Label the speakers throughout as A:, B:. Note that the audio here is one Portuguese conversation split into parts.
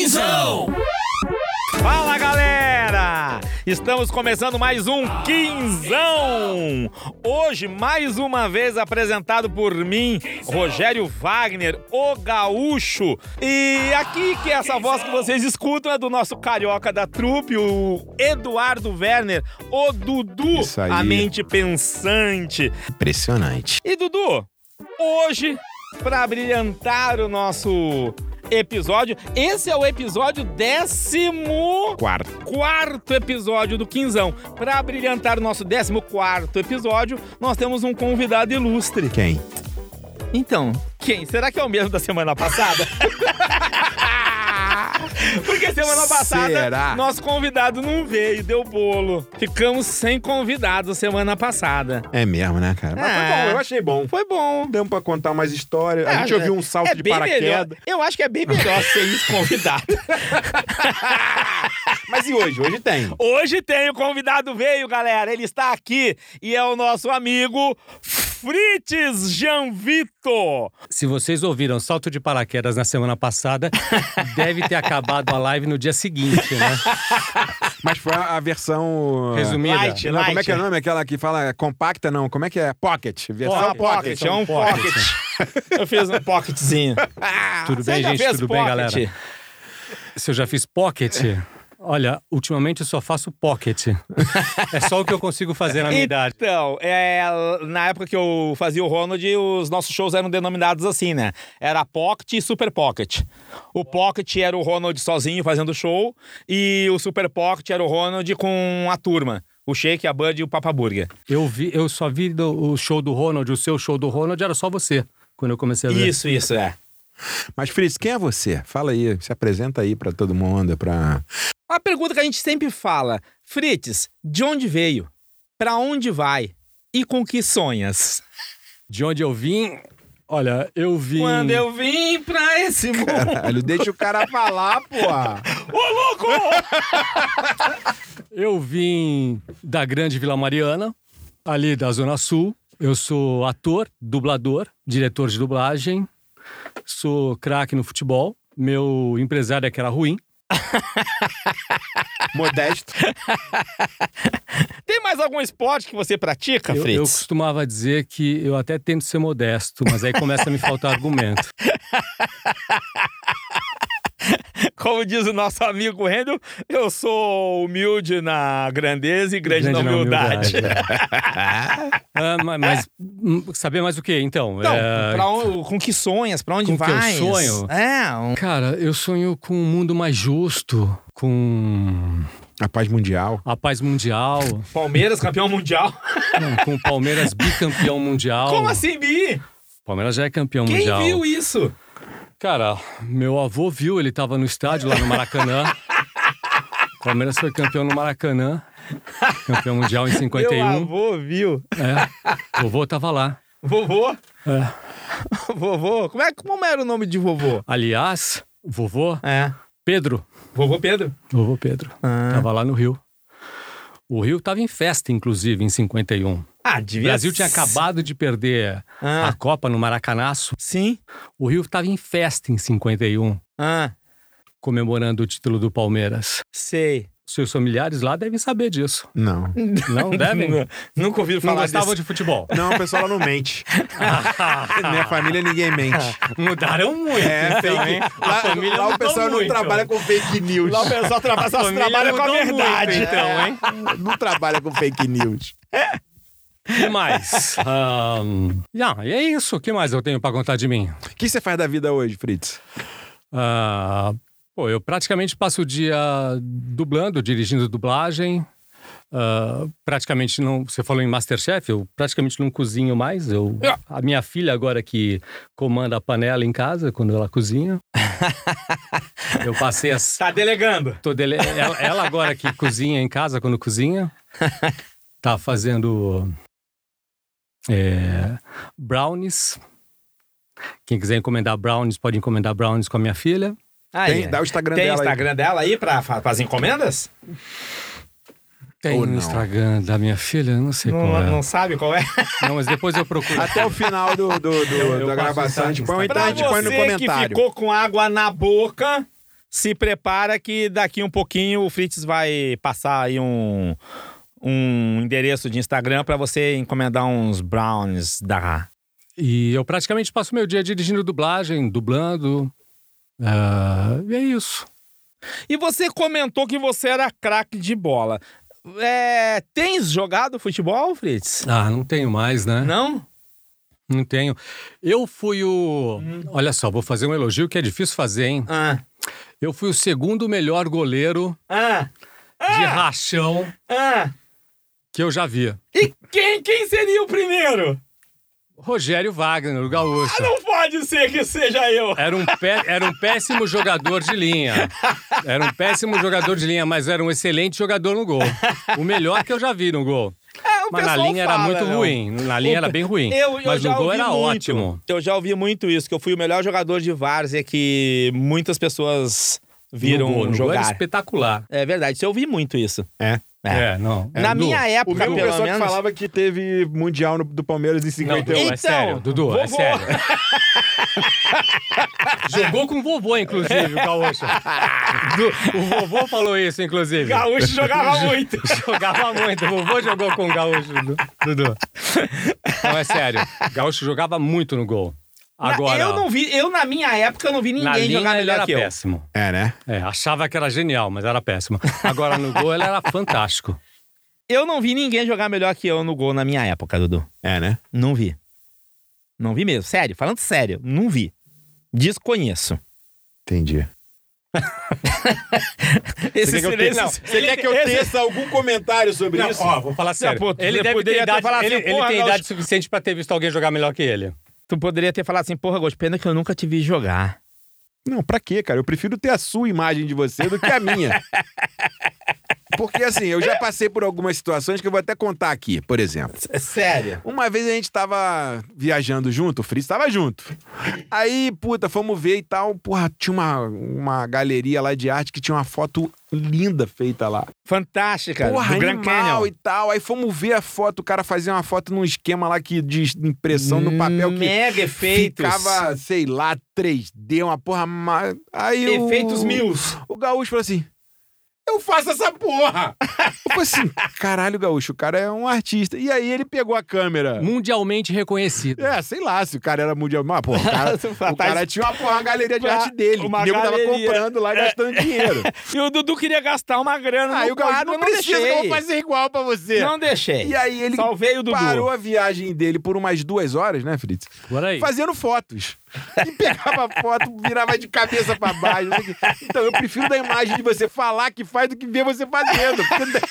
A: Quinzão! Fala galera! Estamos começando mais um Quinzão! Hoje, mais uma vez apresentado por mim, Rogério Wagner, o Gaúcho. E aqui que é essa voz que vocês escutam é do nosso carioca da trupe, o Eduardo Werner, o Dudu,
B: Isso aí.
A: a mente pensante.
B: Impressionante.
A: E Dudu, hoje, para brilhantar o nosso episódio, esse é o episódio décimo
B: Quarto.
A: quarto episódio do Quinzão. Para brilhantar o nosso décimo quarto episódio, nós temos um convidado ilustre.
B: Quem?
A: Então, quem? Será que é o mesmo da semana passada? Porque semana passada
B: Será?
A: nosso convidado não veio, deu bolo. Ficamos sem convidado semana passada.
B: É mesmo, né, cara? Mas
A: Ah.
B: foi bom, eu achei bom.
A: Foi bom.
B: Deu pra contar mais história. A
A: Ah,
B: gente ouviu um salto
A: é
B: de
A: bem
B: paraquedas.
A: melhor. Eu acho que é bem melhor ser isso convidado.
B: Mas e hoje? Hoje tem.
A: Hoje tem o convidado veio, galera. Ele está aqui e é o nosso amigo Frites Janvito.
C: Se vocês ouviram salto de paraquedas na semana passada, deve ter acabado a live no dia seguinte, né?
B: Mas foi a a versão.
C: Resumida.
A: Light,
B: Não, como é
A: light.
B: que é o nome? Aquela que fala compacta, não. Como é que é? Pocket.
A: É
B: Versão
A: um pocket, é um pocket. Eu fiz um pocketzinho.
C: Tudo
A: Você
C: bem,
A: já
C: gente?
A: fez
C: Tudo bem,
A: pocket?
C: galera? Se eu já fiz pocket. Olha, ultimamente eu só faço pocket. É só o que eu consigo fazer na minha idade.
A: Então, é, na época que eu fazia o Ronald, os nossos shows eram denominados assim, né? Era Pocket e Super Pocket. O Pocket era o Ronald sozinho fazendo show e o Super Pocket era o Ronald com a turma. O Shake, a Bud e o Papa Burger.
C: Eu, vi, eu só vi do- o show do Ronald, o seu show do Ronald era só você, quando eu comecei a ver.
A: Isso, isso, é.
B: Mas, Fritz, quem é você? Fala aí. Se apresenta aí pra todo mundo. Pra...
A: A pergunta que a gente sempre fala, Frites, de onde veio? Pra onde vai? E com que sonhas?
C: De onde eu vim? Olha, eu vim.
A: Quando eu vim pra esse mundo.
B: Caralho, deixa o cara falar, porra.
A: Ô, louco!
C: Eu vim da grande Vila Mariana, ali da Zona Sul. Eu sou ator, dublador, diretor de dublagem, sou craque no futebol. Meu empresário é que era ruim.
B: Modesto.
A: Tem mais algum esporte que você pratica,
C: Eu, eu
A: Fritz?
C: costumava dizer que eu até tento ser modesto, mas aí começa a me faltar argumento.
A: Como diz o nosso amigo Randall, eu sou humilde na grandeza e grande, na humildade.
C: é. Ah, ma- mas hum, saber mais o quê, então?
A: Então,
C: É,
A: pra on- com que sonhas? Pra onde
C: com que eu
A: vai?
C: sonho?
A: É, um...
C: Cara, eu sonho com um mundo mais justo, com
B: A paz mundial.
C: a paz mundial,
A: Palmeiras campeão mundial.
C: não, com o Palmeiras bicampeão mundial.
A: Como assim, Bi?
C: Palmeiras já é campeão
A: Quem
C: mundial.
A: viu isso?
C: Cara, meu avô viu, ele tava no estádio lá no Maracanã. Palmeiras foi campeão no Maracanã. Campeão mundial em 51.
A: Meu avô viu.
C: É. Vovô tava lá.
A: Vovô?
C: É.
A: Vovô? Como, é, como era o nome de vovô?
C: Aliás, vovô
A: É.
C: Pedro.
A: Vovô Pedro?
C: Vovô Pedro.
A: Ah.
C: Tava lá no Rio. O Rio tava em festa, inclusive, em 51.
A: Ah,
C: O
A: devia
C: Brasil tinha acabado de perder
A: Ah.
C: a Copa no Maracanaço.
A: Sim.
C: O Rio tava em festa em 51,
A: Ah,
C: comemorando o título do Palmeiras.
A: sei.
C: Seus familiares lá devem saber disso.
B: Não.
C: Não devem?
A: Não- Nunca ouvi
C: Não
A: falar
C: gostavam
A: disso.
C: de futebol.
B: Não, o pessoal lá não mente. Minha família, ninguém mente.
C: Mudaram muito.
B: É,
C: então,
B: fake.
C: hein? A
B: Lá,
C: família
B: lá o
C: mudou
B: pessoal não
C: muito.
B: trabalha com fake news.
A: Lá o pessoal trabalha, só se
C: família
A: trabalha com a
C: mudou
A: verdade.
C: muito, então, hein?
B: Não trabalha com fake news.
C: O que mais? Ahn, não, e é isso. O que mais eu tenho pra contar de mim?
B: O que você faz da vida hoje, Fritz?
C: Ah, pô, eu praticamente passo o dia dublando, dirigindo dublagem. Ah, praticamente não. Você falou em Masterchef, eu praticamente não cozinho mais. Eu,
A: É.
C: a minha filha agora que comanda a panela em casa quando ela cozinha. eu passei a
A: Tá delegando.
C: Tô dele... ela, ela agora que cozinha em casa, quando cozinha, tá fazendo é, brownies. Quem quiser encomendar brownies, pode encomendar brownies com a minha filha.
A: Aí, é.
B: Tem, dá o Instagram
A: Tem
B: dela
A: Instagram dela aí pra, fa- pras encomendas?
C: Tem
B: Ou
C: no
B: não.
C: Instagram da minha filha, eu não sei
A: Não,
C: qual é.
A: não sabe qual é?
C: Não, mas depois eu procuro.
B: aí. Até o final do, do- do-
C: eu
B: da
C: passo
B: gravação, a gente põe, ou então
A: pra
B: a gente põe
A: você
B: no
A: que
B: comentário.
A: ficou com água na boca, se prepara que daqui um pouquinho o Fritz vai passar aí um, um endereço de Instagram para você encomendar uns brownies da.
C: E eu praticamente passo meu dia dirigindo dublagem, dublando. Ah, e é isso.
A: E você comentou que você era craque de bola. É, tens jogado futebol, Fritz?
C: Ah, não tenho mais, né?
A: Não?
C: Não tenho. Eu fui o. Olha só, vou fazer um elogio que é difícil fazer, hein?
A: Ah.
C: Eu fui o segundo melhor goleiro
A: Ah.
C: de rachão
A: Ah.
C: que eu já vi.
A: E quem, quem seria o primeiro? Ah,
C: Rogério Wagner, o gaúcho.
A: Não pode ser que seja eu.
C: Era um, pé- era um péssimo jogador de linha. Era um péssimo jogador de linha, mas era um excelente jogador no gol. O melhor que eu já vi no gol.
A: É, o
C: Mas na
A: pessoal
C: linha era
A: fala,
C: muito
A: não.
C: ruim. Na linha era bem ruim.
A: Eu, eu
C: mas
A: já
C: no gol
A: ouvi
C: era
A: muito.
C: ótimo.
A: Eu já ouvi muito isso, que eu fui o melhor jogador de várzea que muitas pessoas viram
C: no um gol, no gol era
A: jogar.
C: espetacular.
A: É verdade, eu ouvi muito isso.
B: É.
A: É.
C: não.
A: Na
C: Dudu,
A: minha
B: O
A: época,
B: mesmo
A: pelo
B: pessoal
A: menos...
B: que falava que teve Mundial no- do Palmeiras em
C: Não, Dudu,
B: 51.
A: Então,
C: é sério. Dudu, é
A: vovô.
C: sério. Jogou com vovô, inclusive, o Gaúcho. Du- o vovô falou isso, inclusive.
A: Gaúcho jogava muito.
C: Jogava muito. O vovô jogou com o Gaúcho, Du- Dudu. Não, é sério. O Gaúcho jogava muito no gol. Agora,
A: eu não vi, eu na minha época eu não vi ninguém
C: na linha
A: jogar
C: ele
A: melhor
C: era
A: que eu.
C: péssimo.
B: É, né?
C: É, achava que era genial, mas era péssimo. Agora, no gol, ele era fantástico.
A: Eu não vi ninguém jogar melhor que eu no gol na minha época, Dudu.
B: É, né?
A: Não vi. Não vi mesmo, sério, falando sério, não vi. Desconheço.
B: Entendi.
A: Esse silêncio-
B: Você quer que eu
A: esse-
B: teça algum comentário sobre
C: Não,
B: isso?
C: ó, vou falar sério.
A: pô, tu
C: ele deve ter
A: poderia ter
C: idade,
A: falado
C: ele,
A: assim,
C: ele
A: porra,
C: tem
A: Gaúcho.
C: idade suficiente pra ter visto alguém jogar melhor que ele.
A: Tu poderia ter falado assim, porra, Gosto, pena que eu nunca te vi jogar.
B: Não, pra quê, cara? Eu prefiro ter a sua imagem de você do que a minha. Porque assim, eu já passei por algumas situações que eu vou até contar aqui, por exemplo.
A: Sério?
B: Uma vez a gente tava viajando junto, o Fritz tava junto. Aí, puta, fomos ver e tal. Porra, tinha uma, uma galeria lá de arte que tinha uma foto linda feita lá.
A: Fantástica,
B: Porra,
A: do Grand
B: animal
A: Canyon.
B: e tal. Aí fomos ver a foto, o cara fazia uma foto num esquema lá que de impressão no papel que
A: Mega efeitos.
B: ficava, sei lá, 3D, uma porra. ma- Aí o-
A: Efeitos mils.
B: O gaúcho falou assim: Eu faço essa porra! Eu falei assim: caralho, gaúcho, o cara é um artista. E aí ele pegou a câmera.
C: Mundialmente reconhecido.
B: É, sei lá se o cara era mundial. Mas, porra, o cara, o cara tinha uma, porra, uma galeria de
A: Uma-
B: arte dele.
A: uma
B: o nego tava
A: galeria.
B: comprando lá e gastando dinheiro.
A: E o Dudu queria gastar uma grana
B: aí
A: no
B: Ah, o gaúcho
A: quadro,
B: não
A: eu
B: precisa, que eu
A: deixei.
B: vou fazer igual pra você.
A: Não deixei.
B: E aí ele
A: Salvei o Dudu.
B: parou a viagem dele por umas duas horas, né, Fritz?
C: Bora aí.
B: Fazendo fotos. E pegava foto, virava de cabeça pra baixo. não sei o quê. Então, eu prefiro da imagem de você falar que faz do que ver você fazendo.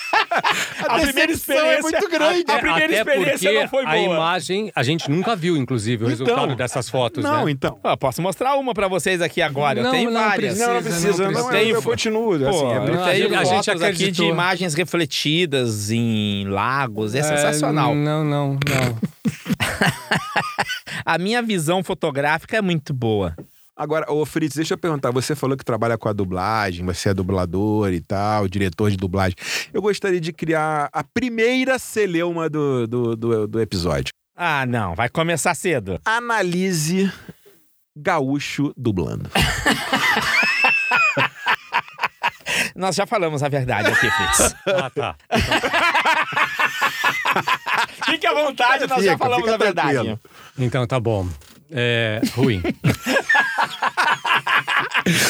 A: A primeira
B: porque A, primeira experiência é muito grande.
A: a primeira
C: É, Até
A: experiência
C: porque
A: não foi
C: A
A: boa.
C: imagem, a gente nunca viu, inclusive, o
B: Então,
C: resultado dessas fotos,
B: não,
C: né?
B: então.
A: Ó, posso mostrar uma pra vocês aqui agora.
C: Não,
A: eu tenho
C: não
A: várias.
C: precisa,
B: Não, não precisa. Não, é.
C: precisa.
B: eu, eu continuo. assim,
A: Pô,
B: é
C: não,
A: eu
C: a
A: tenho
C: gente- a gente
A: fotos aqui de
C: acreditou.
A: imagens refletidas em lagos. É, sensacional.
C: Não, não, não.
A: A minha visão fotográfica é muito boa.
B: Agora, ô Fritz, deixa eu perguntar. Você falou que trabalha com a dublagem, você é dublador e tal, diretor de dublagem. Eu gostaria de criar a primeira celeuma do, do, do, do episódio.
A: Ah, não. Vai começar cedo.
B: Analise gaúcho dublando.
A: Nós já falamos a verdade aqui, Fritz.
C: Ah, tá.
A: Fique à vontade, nós já
B: Fica,
A: falamos
B: fica
A: a verdade.
B: tranquilo.
C: Então tá bom. É ruim.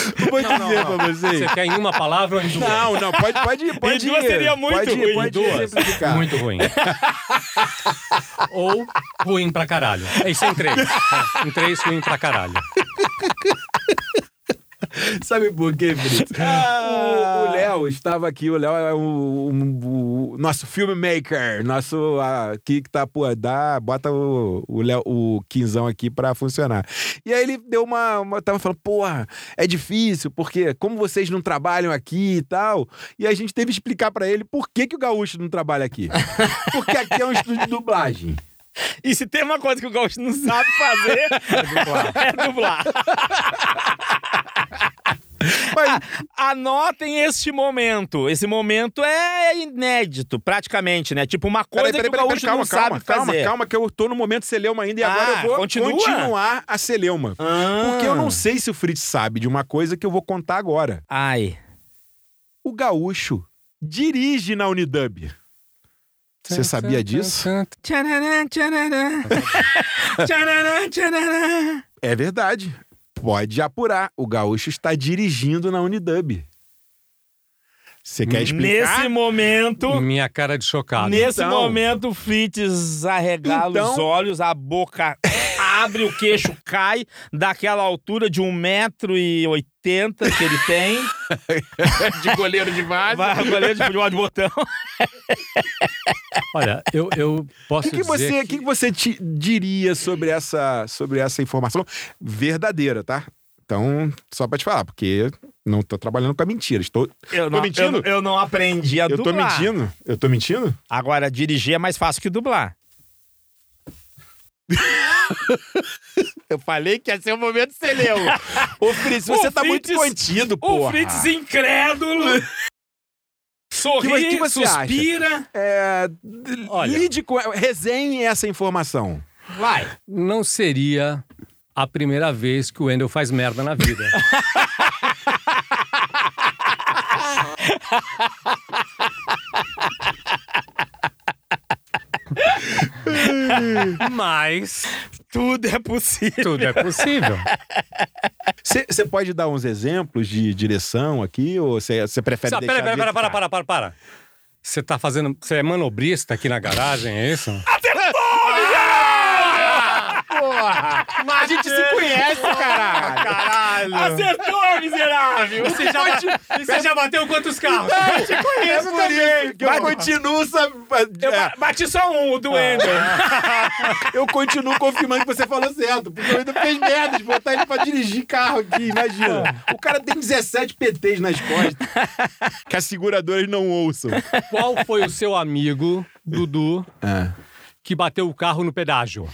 B: Eu vou dizer pra vocês.
C: Você quer em uma palavra ou em duas?
B: Não, não, pode, pode, pode
A: duas
B: ir.
A: seria muito
B: pode ir,
A: ruim,
B: Pode
C: duas.
B: exemplificar.
C: Muito ruim. ou ruim pra caralho. É isso em três. É, em três, ruim pra caralho.
B: Sabe por quê, Brito?
A: Ah.
B: O o Léo estava aqui, o Léo é o, o- o nosso filmmaker, nosso ah, que que tá, pô, dá, bota o, o Léo, o Quinzão aqui pra funcionar. E aí ele deu uma, uma- tava falando, porra, é difícil, porque como vocês não trabalham aqui e tal, e a gente teve que explicar pra ele por que que o Gaúcho não trabalha aqui. Porque aqui é um estúdio de dublagem.
A: E se tem uma coisa que o Gaúcho é não sabe fazer, é dublar. A- Anotem este momento. Esse momento é inédito, praticamente, né? Tipo uma coisa que o gaúcho
B: calma,
A: não
B: calma,
A: sabe
B: calma,
A: fazer.
B: calma, que eu tô no momento celeuma ainda e
A: Ah,
B: agora eu vou
A: continua?
B: continuar a celeuma.
A: Ah.
B: Porque eu não sei se o Fritz sabe de uma coisa que eu vou contar agora.
A: Ah. Ai.
B: O gaúcho dirige na Unidub. Você sabia disso?
A: Tcharará, tcharará. Tcharará, tcharará.
B: É verdade. Pode apurar. O gaúcho está dirigindo na Unidub. Você quer explicar? Hum,
A: Nesse momento.
C: Minha cara de chocado.
A: Nesse
B: Então-
A: momento, o Fritz arregala os
B: Então-
A: olhos, a boca abre, o queixo cai, daquela altura de 1,80m que ele tem.
B: de goleiro de base.
A: Vai, goleiro de futebol de botão.
C: Olha, eu, eu posso
B: O que, que
C: dizer
B: você, que... que você te diria sobre essa, sobre essa informação verdadeira, tá? Então, só pra te falar, porque não tô trabalhando com a mentira. Estou,
A: Eu
B: Tô mentindo?
A: Eu, eu não aprendi a
B: eu tô
A: dublar.
B: mentindo? Eu tô mentindo?
A: Agora, dirigir é mais fácil que dublar.
B: Eu falei que ia ser o momento que você leu. Ô, Fritz,
A: O
B: você tá muito
A: Fritz-
B: contido, porra.
A: O Fritz incrédulo sorri,
B: Que- que você acha?
A: suspira.
B: É,
C: Olha.
B: lide com... Resenhe essa informação.
A: Vai.
C: não seria a primeira vez que o Wendel faz merda na vida. Mas
A: Tudo é possível.
C: tudo é possível.
B: Você pode dar uns exemplos de direção aqui? Ou você prefere deixar... do
C: Só, pera, pera,
B: jeito
C: pera, para,
B: que
C: para, para, para. Você tá fazendo. Você é manobrista aqui na garagem, é isso?
B: tá? Mas a gente se conhece, caralho.
A: Acertou, miserável!
C: Ah, Você já, bate- você já bateu quantos carros?
B: É por isso que eu continuo sab-
A: Eu
B: é, Ah.
A: ba- bati só um, o do Wendel.
B: eu continuo confirmando que você falou certo. Porque eu ainda fez merda de botar ele pra dirigir carro aqui, imagina. O cara tem 17 PTs nas costas. Que as seguradoras não ouçam.
C: Qual foi o seu amigo, Dudu,
B: É.
C: que bateu o carro no pedágio?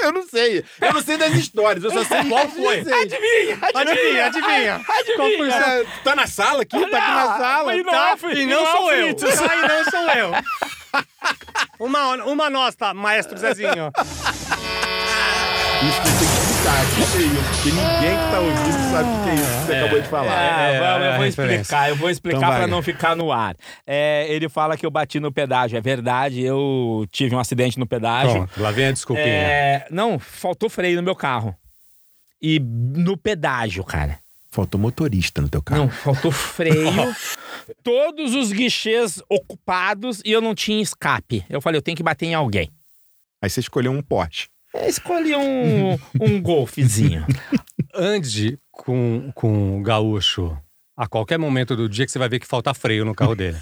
B: Eu não sei. Eu não sei das histórias. Eu só sei
C: Qual foi?
A: Adivinha, adivinha,
C: adivinha. Qual foi o
A: Adivinha.
C: seu-
B: É, tá na sala aqui? Tá aqui na sala?
A: E não
B: tá?
A: é o Fritz,
C: E não sou
A: é o
C: eu.
A: Fritz.
C: Tá? E não sou eu. Uma, uma nossa, maestro Zezinho.
B: Isso tem que explicar. O que é isso? Porque ninguém que tá ouvindo sabe o que é isso que você acabou de falar.
A: Ah,
C: É,
A: vamos,
C: é
A: eu
C: a
A: vou
C: referência.
A: explicar, eu vou explicar
B: Então vai.
A: pra não ficar no ar. É, ele fala que eu bati no pedágio, é verdade, eu tive um acidente no pedágio.
C: Pronto, lá vem a desculpinha.
A: É, não, faltou freio no meu carro. E no pedágio, cara.
B: Faltou motorista no teu carro.
A: Não, faltou freio. todos os guichês ocupados e eu não tinha escape. Eu falei, eu tenho que bater em alguém.
B: Aí você escolheu um Porsche.
A: Eu escolhi um, um golfezinho.
C: Ande com, com o gaúcho a qualquer momento do dia que você vai ver que falta freio no carro dele.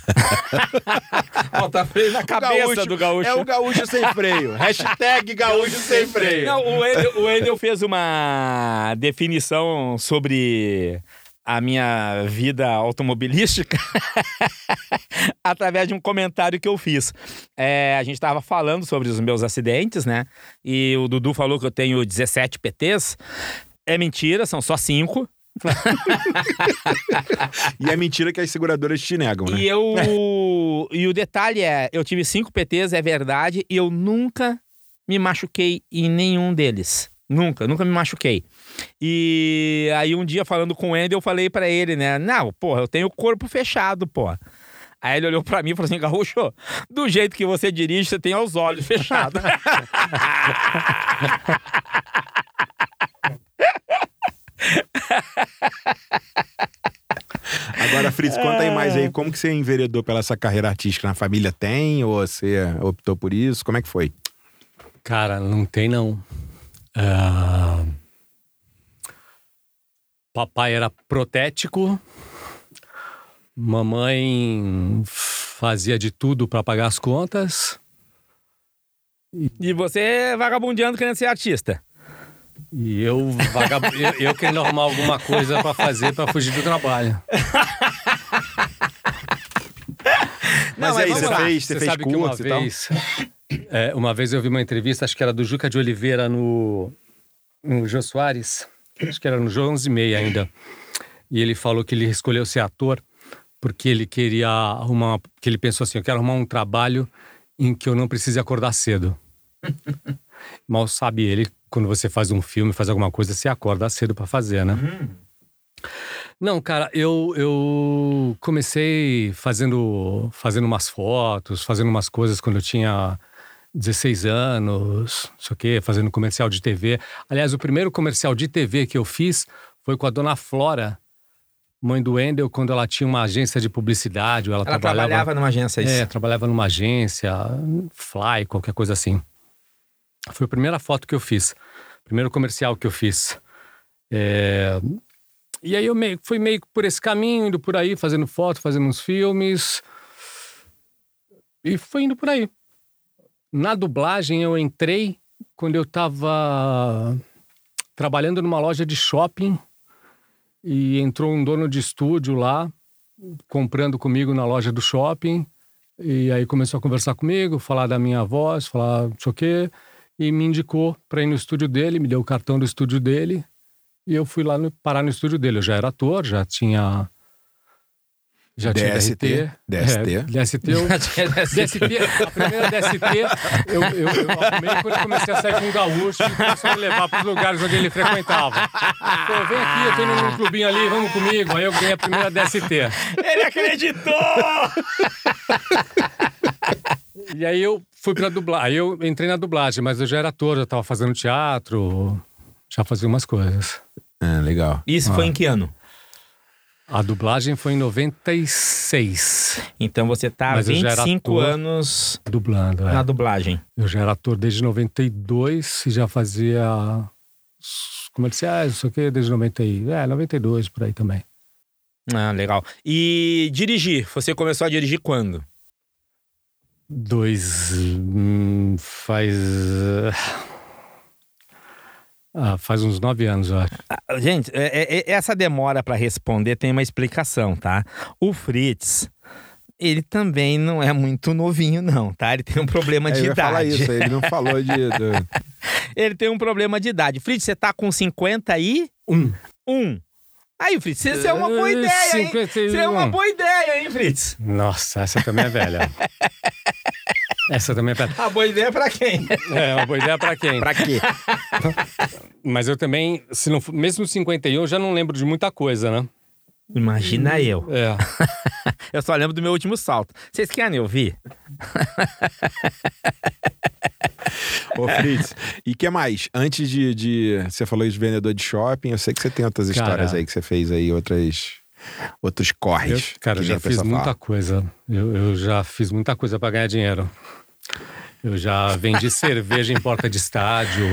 A: Falta freio na cabeça do gaúcho.
B: É o gaúcho sem freio. Hashtag gaúcho sem freio.
A: Não, o Wendel, o Wendel fez uma definição sobre a minha vida automobilística através de um comentário que eu fiz. É, a gente estava falando sobre os meus acidentes, né? E o Dudu falou que eu tenho 17 PTs. É mentira, são só cinco.
B: E é mentira que as seguradoras te negam, né?
A: E eu. e o detalhe é: eu tive cinco PTs, é verdade, e eu nunca me machuquei em nenhum deles. Nunca, nunca me machuquei. E aí um dia falando com o Andy, eu falei pra ele, né? Não, porra, eu tenho o corpo fechado, porra. Aí ele olhou pra mim e falou assim: Gaúcho, do jeito que você dirige, você tem os olhos fechados.
B: Agora, Fritz, conta aí mais
C: É.
B: aí. Como que você enveredou pela essa carreira artística? Na família tem? Ou você optou por isso? Como é que foi?
C: Cara, não tem não. Ah, Papai era protético, mamãe fazia de tudo pra pagar as contas.
A: e você é vagabundeando querendo ser artista.
C: E eu, vagab... eu, eu querendo arrumar alguma coisa pra fazer pra fugir do trabalho.
A: Não,
B: Mas
A: mas é
B: aí,
A: vamos
B: É, você
A: lá.
B: fez, você fez
C: sabe que uma
B: curso e tal?
C: vez, é, uma vez eu vi uma entrevista, acho que era do Juca de Oliveira no, no Jô Soares, acho que era no João 11 e meia ainda. E ele falou que ele escolheu ser ator porque ele queria arrumar, que ele pensou assim, eu quero arrumar um trabalho em que eu não precise acordar cedo. Mal sabe ele, quando você faz um filme, faz alguma coisa, você acorda cedo pra fazer, né? Não, cara, eu, eu comecei fazendo, fazendo umas fotos, fazendo umas coisas quando eu tinha 16 anos, não sei o quê, fazendo comercial de TV. Aliás, o primeiro comercial de TV que eu fiz foi com a dona Flora, mãe do Wendel, quando ela tinha uma agência de publicidade. ou Ela,
A: Ela trabalhava numa agência
C: é,
A: isso.
C: trabalhava numa agência, Fly, qualquer coisa assim. Foi a primeira foto que eu fiz, primeiro comercial que eu fiz. É, E aí eu meio, fui meio que por esse caminho, indo por aí, fazendo foto, fazendo uns filmes. E fui indo por aí. Na dublagem eu entrei quando eu tava trabalhando numa loja de shopping e entrou um dono de estúdio lá comprando comigo na loja do shopping. E aí começou a conversar comigo, falar da minha voz, falar não sei o quê. E me indicou para ir no estúdio dele, me deu o cartão do estúdio dele. E eu fui lá no- parar no estúdio dele. Eu já era ator, já tinha. Já
B: DST,
C: tinha DRT.
B: DST.
C: É, DST. eu-
A: É.
C: DST, a primeira DST, eu, eu, eu arrumei quando eu comecei a sair com o gaúcho e começou a me levar pros lugares onde ele frequentava. Pô, vem aqui, eu tô indo num clubinho ali, vamos comigo. Aí eu ganhei a primeira DST.
A: Ele acreditou!
C: E aí eu fui pra dublagem. Aí eu entrei na dublagem, mas eu já era ator, já tava fazendo teatro, já fazia umas coisas.
B: Ah, legal.
A: Isso foi em que ano?
C: A dublagem foi em 96,
A: Então você tá há
C: Mas eu já era
A: 25
C: ator.
A: anos
C: dublando. é.
A: na dublagem.
C: Eu já era ator desde 92 e já fazia os comerciais, não sei o quê, desde 90, e- é, 92 por aí também.
A: Ah, legal. E dirigir, você começou a dirigir quando?
C: Dois. hum, faz. eh, ah, faz uns nove anos, eu acho.
A: Ah, Gente, é- é- é- essa demora pra responder tem uma explicação, tá? O Fritz, ele também não é muito novinho, não, tá? Ele tem um problema
B: É,
A: de
B: eu ia falar
A: idade.
B: isso, ele não falou de. do-
A: Ele tem um problema de idade. Fritz, você tá com 50 e
C: Um.
A: um. Aí, Fritz, você, você é uma boa ideia, hein?
C: 51.
A: Você é uma boa ideia, hein, Fritz?
C: Nossa, essa também é velha. essa também é velha.
A: A boa ideia é pra quem?
C: É, uma boa ideia pra quem?
B: pra quê?
C: Mas eu também, se não, for- mesmo 51, eu já não lembro de muita coisa, né?
A: Imagina eu.
C: É.
A: Eu só lembro do meu último salto. Vocês querem ouvir?
B: Ô, Fritz, e que mais? Antes de, de. Você falou de vendedor de shopping, eu sei que você tem outras
C: Cara.
B: histórias aí que você fez aí, outras. Outros
C: Eu,
B: corres.
C: cara, eu
B: que
C: já
B: nem a
C: fiz
B: pessoa
C: muita
B: fala.
C: coisa. Eu, eu já fiz muita coisa pra ganhar dinheiro. Eu já vendi cerveja em porta de estádio,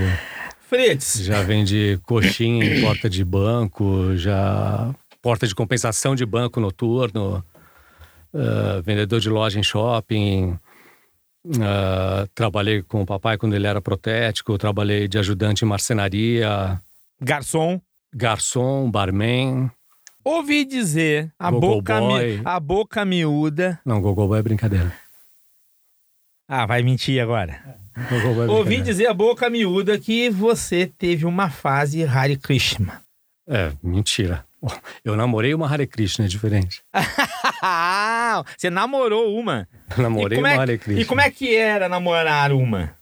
A: Fritz,
C: já vendi coxinha em porta de banco, já porta de compensação de banco noturno, ah, vendedor de loja em shopping. ah, trabalhei com o papai quando ele era protético, trabalhei de ajudante em marcenaria,
A: garçom,
C: garçom, barman.
A: ouvi dizer a
C: Gogo
A: boca, mi-
C: boy.
A: a boca miúda.
C: Não, Gogol é brincadeira.
A: Ah, vai mentir agora.
C: Gogol é
A: Ouvi
C: brincadeira.
A: dizer a boca miúda que você teve uma fase Hare Krishna.
C: É, mentira. Eu namorei uma Hare Krishna, é diferente.
A: Ah, você namorou uma.
C: Eu namorei
A: e como,
C: uma
A: é,
C: Hare Krishna.
A: e como é que era namorar uma?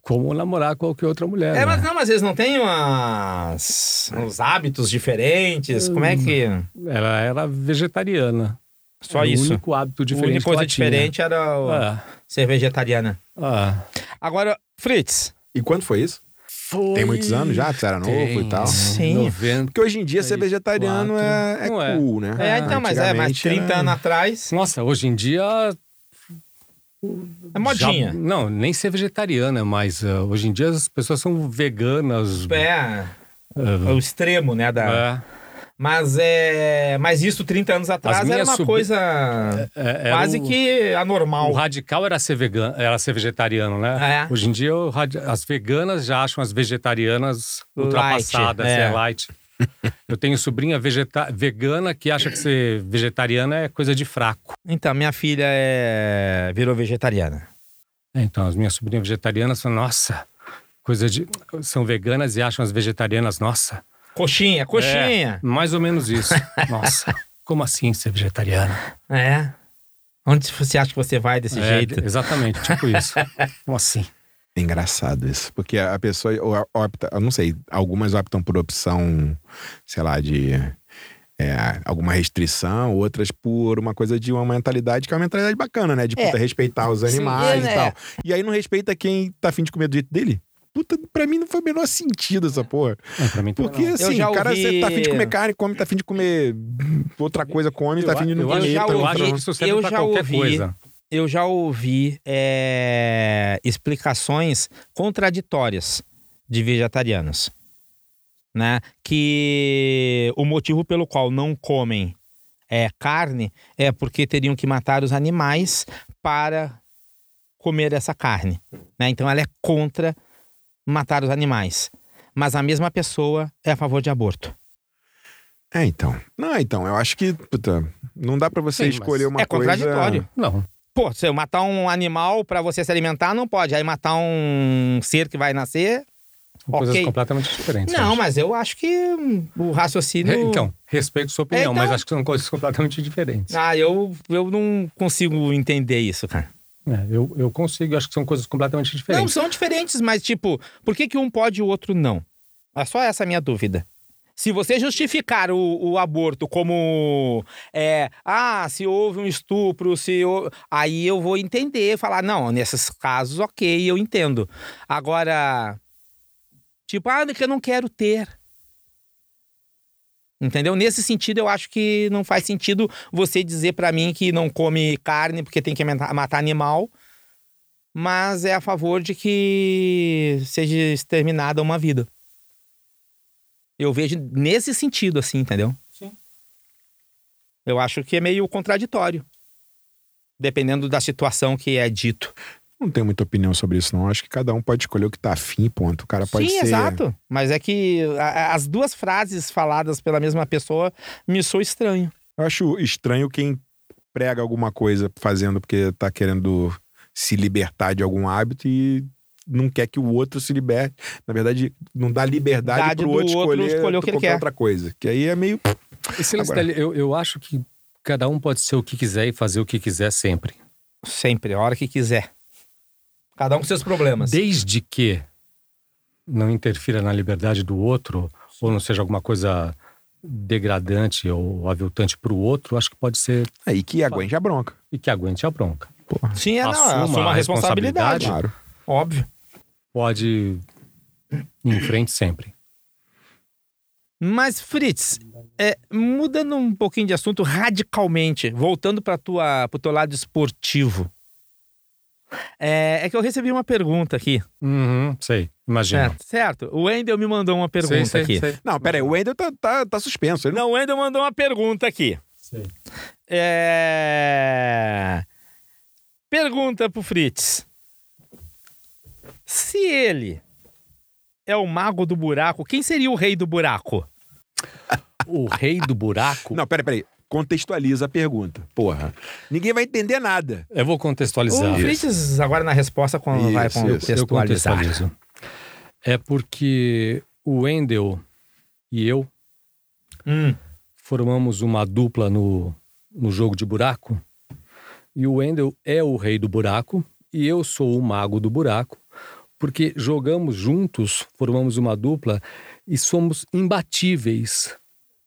C: Como namorar qualquer outra mulher.
A: É,
C: né?
A: mas não, mas eles não têm umas, uns hábitos diferentes. Como é que.
C: Ela era vegetariana.
A: Só
C: Era
A: isso.
C: Hum. É O único hábito
A: A
C: diferente.
A: única
C: que ela
A: coisa
C: tinha.
A: diferente era o
C: Ah,
A: ser vegetariana.
C: ah.
A: Agora, Fritz.
B: E quando foi isso?
C: Foi-
B: Tem muitos anos já? Você era novo
C: Tem,
B: e tal?
A: Sim.
C: 90.
B: Porque hoje em dia ser
C: Aí,
B: vegetariano é, é
C: quatro. Não é.
B: cool, né?
A: É, então, mas é, mas
B: Antigamente
A: 30
B: era-
C: um
A: anos atrás.
C: Nossa, hoje em dia.
A: É
C: já-
A: modinha.
C: não, nem ser vegetariana, mas ah, hoje em dia as pessoas são veganas.
A: É, é
C: ah,
A: o extremo, né? Da...
C: é,
A: Mas é. Mas isso 30 anos atrás era
C: minhas
A: uma
C: sobrin-
A: coisa
C: é, era
A: quase
C: o-
A: que anormal.
C: O radical era ser vegano, era ser vegetariano, né?
A: É.
C: Hoje em dia o radi- as veganas já acham as vegetarianas ultrapassadas,
A: é.
C: é. light. Eu tenho sobrinha vegeta- vegana que acha que ser vegetariana é coisa de fraco.
A: Então, minha filha é... virou vegetariana.
C: É, Então, as minhas sobrinhas vegetarianas falam, nossa, coisa de. São veganas e acham as vegetarianas, nossa.
A: Coxinha, coxinha.
C: É, mais ou menos isso. nossa. Como assim ser vegetariana?
A: É. Onde você acha que você vai desse
C: É,
A: jeito?
C: Exatamente, tipo isso. Como assim?
B: É engraçado isso, porque a a pessoa o- opta, eu não sei, algumas optam por opção, sei lá, de é, alguma restrição, outras por uma coisa de uma mentalidade que é uma mentalidade bacana, né? De
D: É.
B: puta, respeitar os
D: Sim,
B: animais
D: é,
B: e tal.
D: né?
B: E aí não respeita quem tá afim de comer do jeito dele. Puta, pra mim não foi o menor sentido essa porra.
C: É, pra mim também
B: Porque
C: não.
B: assim,
A: já
B: o cara
A: ouvi-
B: você tá afim de comer carne, come, tá afim de comer outra coisa, come, tá afim de não
C: eu, acho-
B: comer.
A: já
B: outra-
C: eu
A: ouvi-
C: acho que isso serve
A: eu
C: pra
A: já
C: qualquer
A: ouvi.
C: coisa.
A: eu já ouvi é, explicações contraditórias de vegetarianos, né? Que o motivo pelo qual não comem é, carne é porque teriam que matar os animais para comer essa carne, né? Então ela é contra matar os animais, mas a mesma pessoa é a favor de aborto.
B: É, então. Não, então, eu acho que, puta, não dá pra você
C: Sim, mas
B: escolher uma
A: é
B: coisa.
A: contraditório.
C: Não.
A: Pô, se eu matar um animal pra você se alimentar, não pode. Aí matar um ser que vai nascer.
C: São Coisas
A: Ok.
C: completamente diferentes. eu
A: Não,
C: acho.
A: mas eu acho que hum, o raciocínio.
C: Re- Então, respeito sua opinião,
A: É, então-
C: mas acho que são coisas completamente diferentes.
A: Ah, eu, eu não consigo entender isso, cara.
C: É, eu, eu consigo, eu acho que são coisas completamente
A: Não,
C: diferentes.
A: são diferentes, mas tipo, por que, que um pode e o outro não? É só essa a minha dúvida. Se você justificar o, o aborto como. É, ah, se houve um estupro, se. hou- Aí eu vou entender, falar, não, nesses casos, ok, eu entendo. Agora. Tipo, ah, que eu não quero ter. Entendeu? Nesse sentido, eu acho que não faz sentido você dizer pra mim que não come carne porque tem que mata- matar animal mas é a favor de que seja exterminada uma vida. Eu vejo nesse sentido, assim, entendeu?
C: Sim.
A: Eu acho que é meio contraditório. Dependendo da situação que é dito.
B: Não tenho muita opinião sobre isso, não. Acho que cada um pode escolher o que tá afim, ponto. O cara pode
A: Sim,
B: ser.
A: exato. Mas é que a- a- as duas frases faladas pela mesma pessoa me soam estranho.
B: Eu acho estranho quem prega alguma coisa fazendo porque tá querendo se libertar de algum hábito e não quer que o outro se liberte. Na verdade, não dá liberdade
A: Dade
B: pro
A: do
B: outro
A: outro
B: escolher,
A: escolher o que ele
B: qualquer
A: quer.
B: outra coisa. Que aí é meio.
C: Esse lance
B: Agora-
C: dele, eu, eu acho que cada um pode ser o que quiser e fazer o que quiser sempre.
A: Sempre, a hora que quiser. Cada um com seus problemas.
C: Desde que não interfira na liberdade do outro, ou não seja alguma coisa degradante ou aviltante para o outro, acho que pode ser
B: Aí que aguente a bronca.
C: e que aguente a bronca.
B: Porra,
A: Sim, é, não,
C: Assuma
A: assuma
C: a
A: a responsabilidade.
C: responsabilidade.
B: claro.
A: Óbvio.
C: Pode ir em frente sempre.
A: Mas, Fritz, é, mudando um pouquinho de assunto radicalmente, voltando para tua, pro teu lado esportivo. É, é que eu recebi uma pergunta aqui.
C: Uhum, sei, imagina.
A: Certo, certo. O Wendel me mandou uma pergunta
C: sei,
A: aqui.
C: sei,
B: Não, peraí, o Wendel tá, tá, tá suspenso. Ele não...
A: Não, o Wendel mandou uma pergunta aqui.
C: sei.
A: É... Pergunta pro Fritz. Se ele é o mago do buraco, quem seria o rei do buraco?
C: O rei do buraco.
B: não, peraí, peraí. Contextualiza a pergunta. Porra. Ninguém vai entender nada.
C: Eu vou contextualizar.
A: O Fritz, agora na resposta, quando vai
B: Isso, isso.
C: Eu
A: contextualizar.
C: contextualizo. É porque o Wendel e eu
A: Hum.
C: formamos uma dupla no, no jogo de buraco. E o Wendel é o rei do buraco e eu sou o mago do buraco, porque jogamos juntos, formamos uma dupla e somos imbatíveis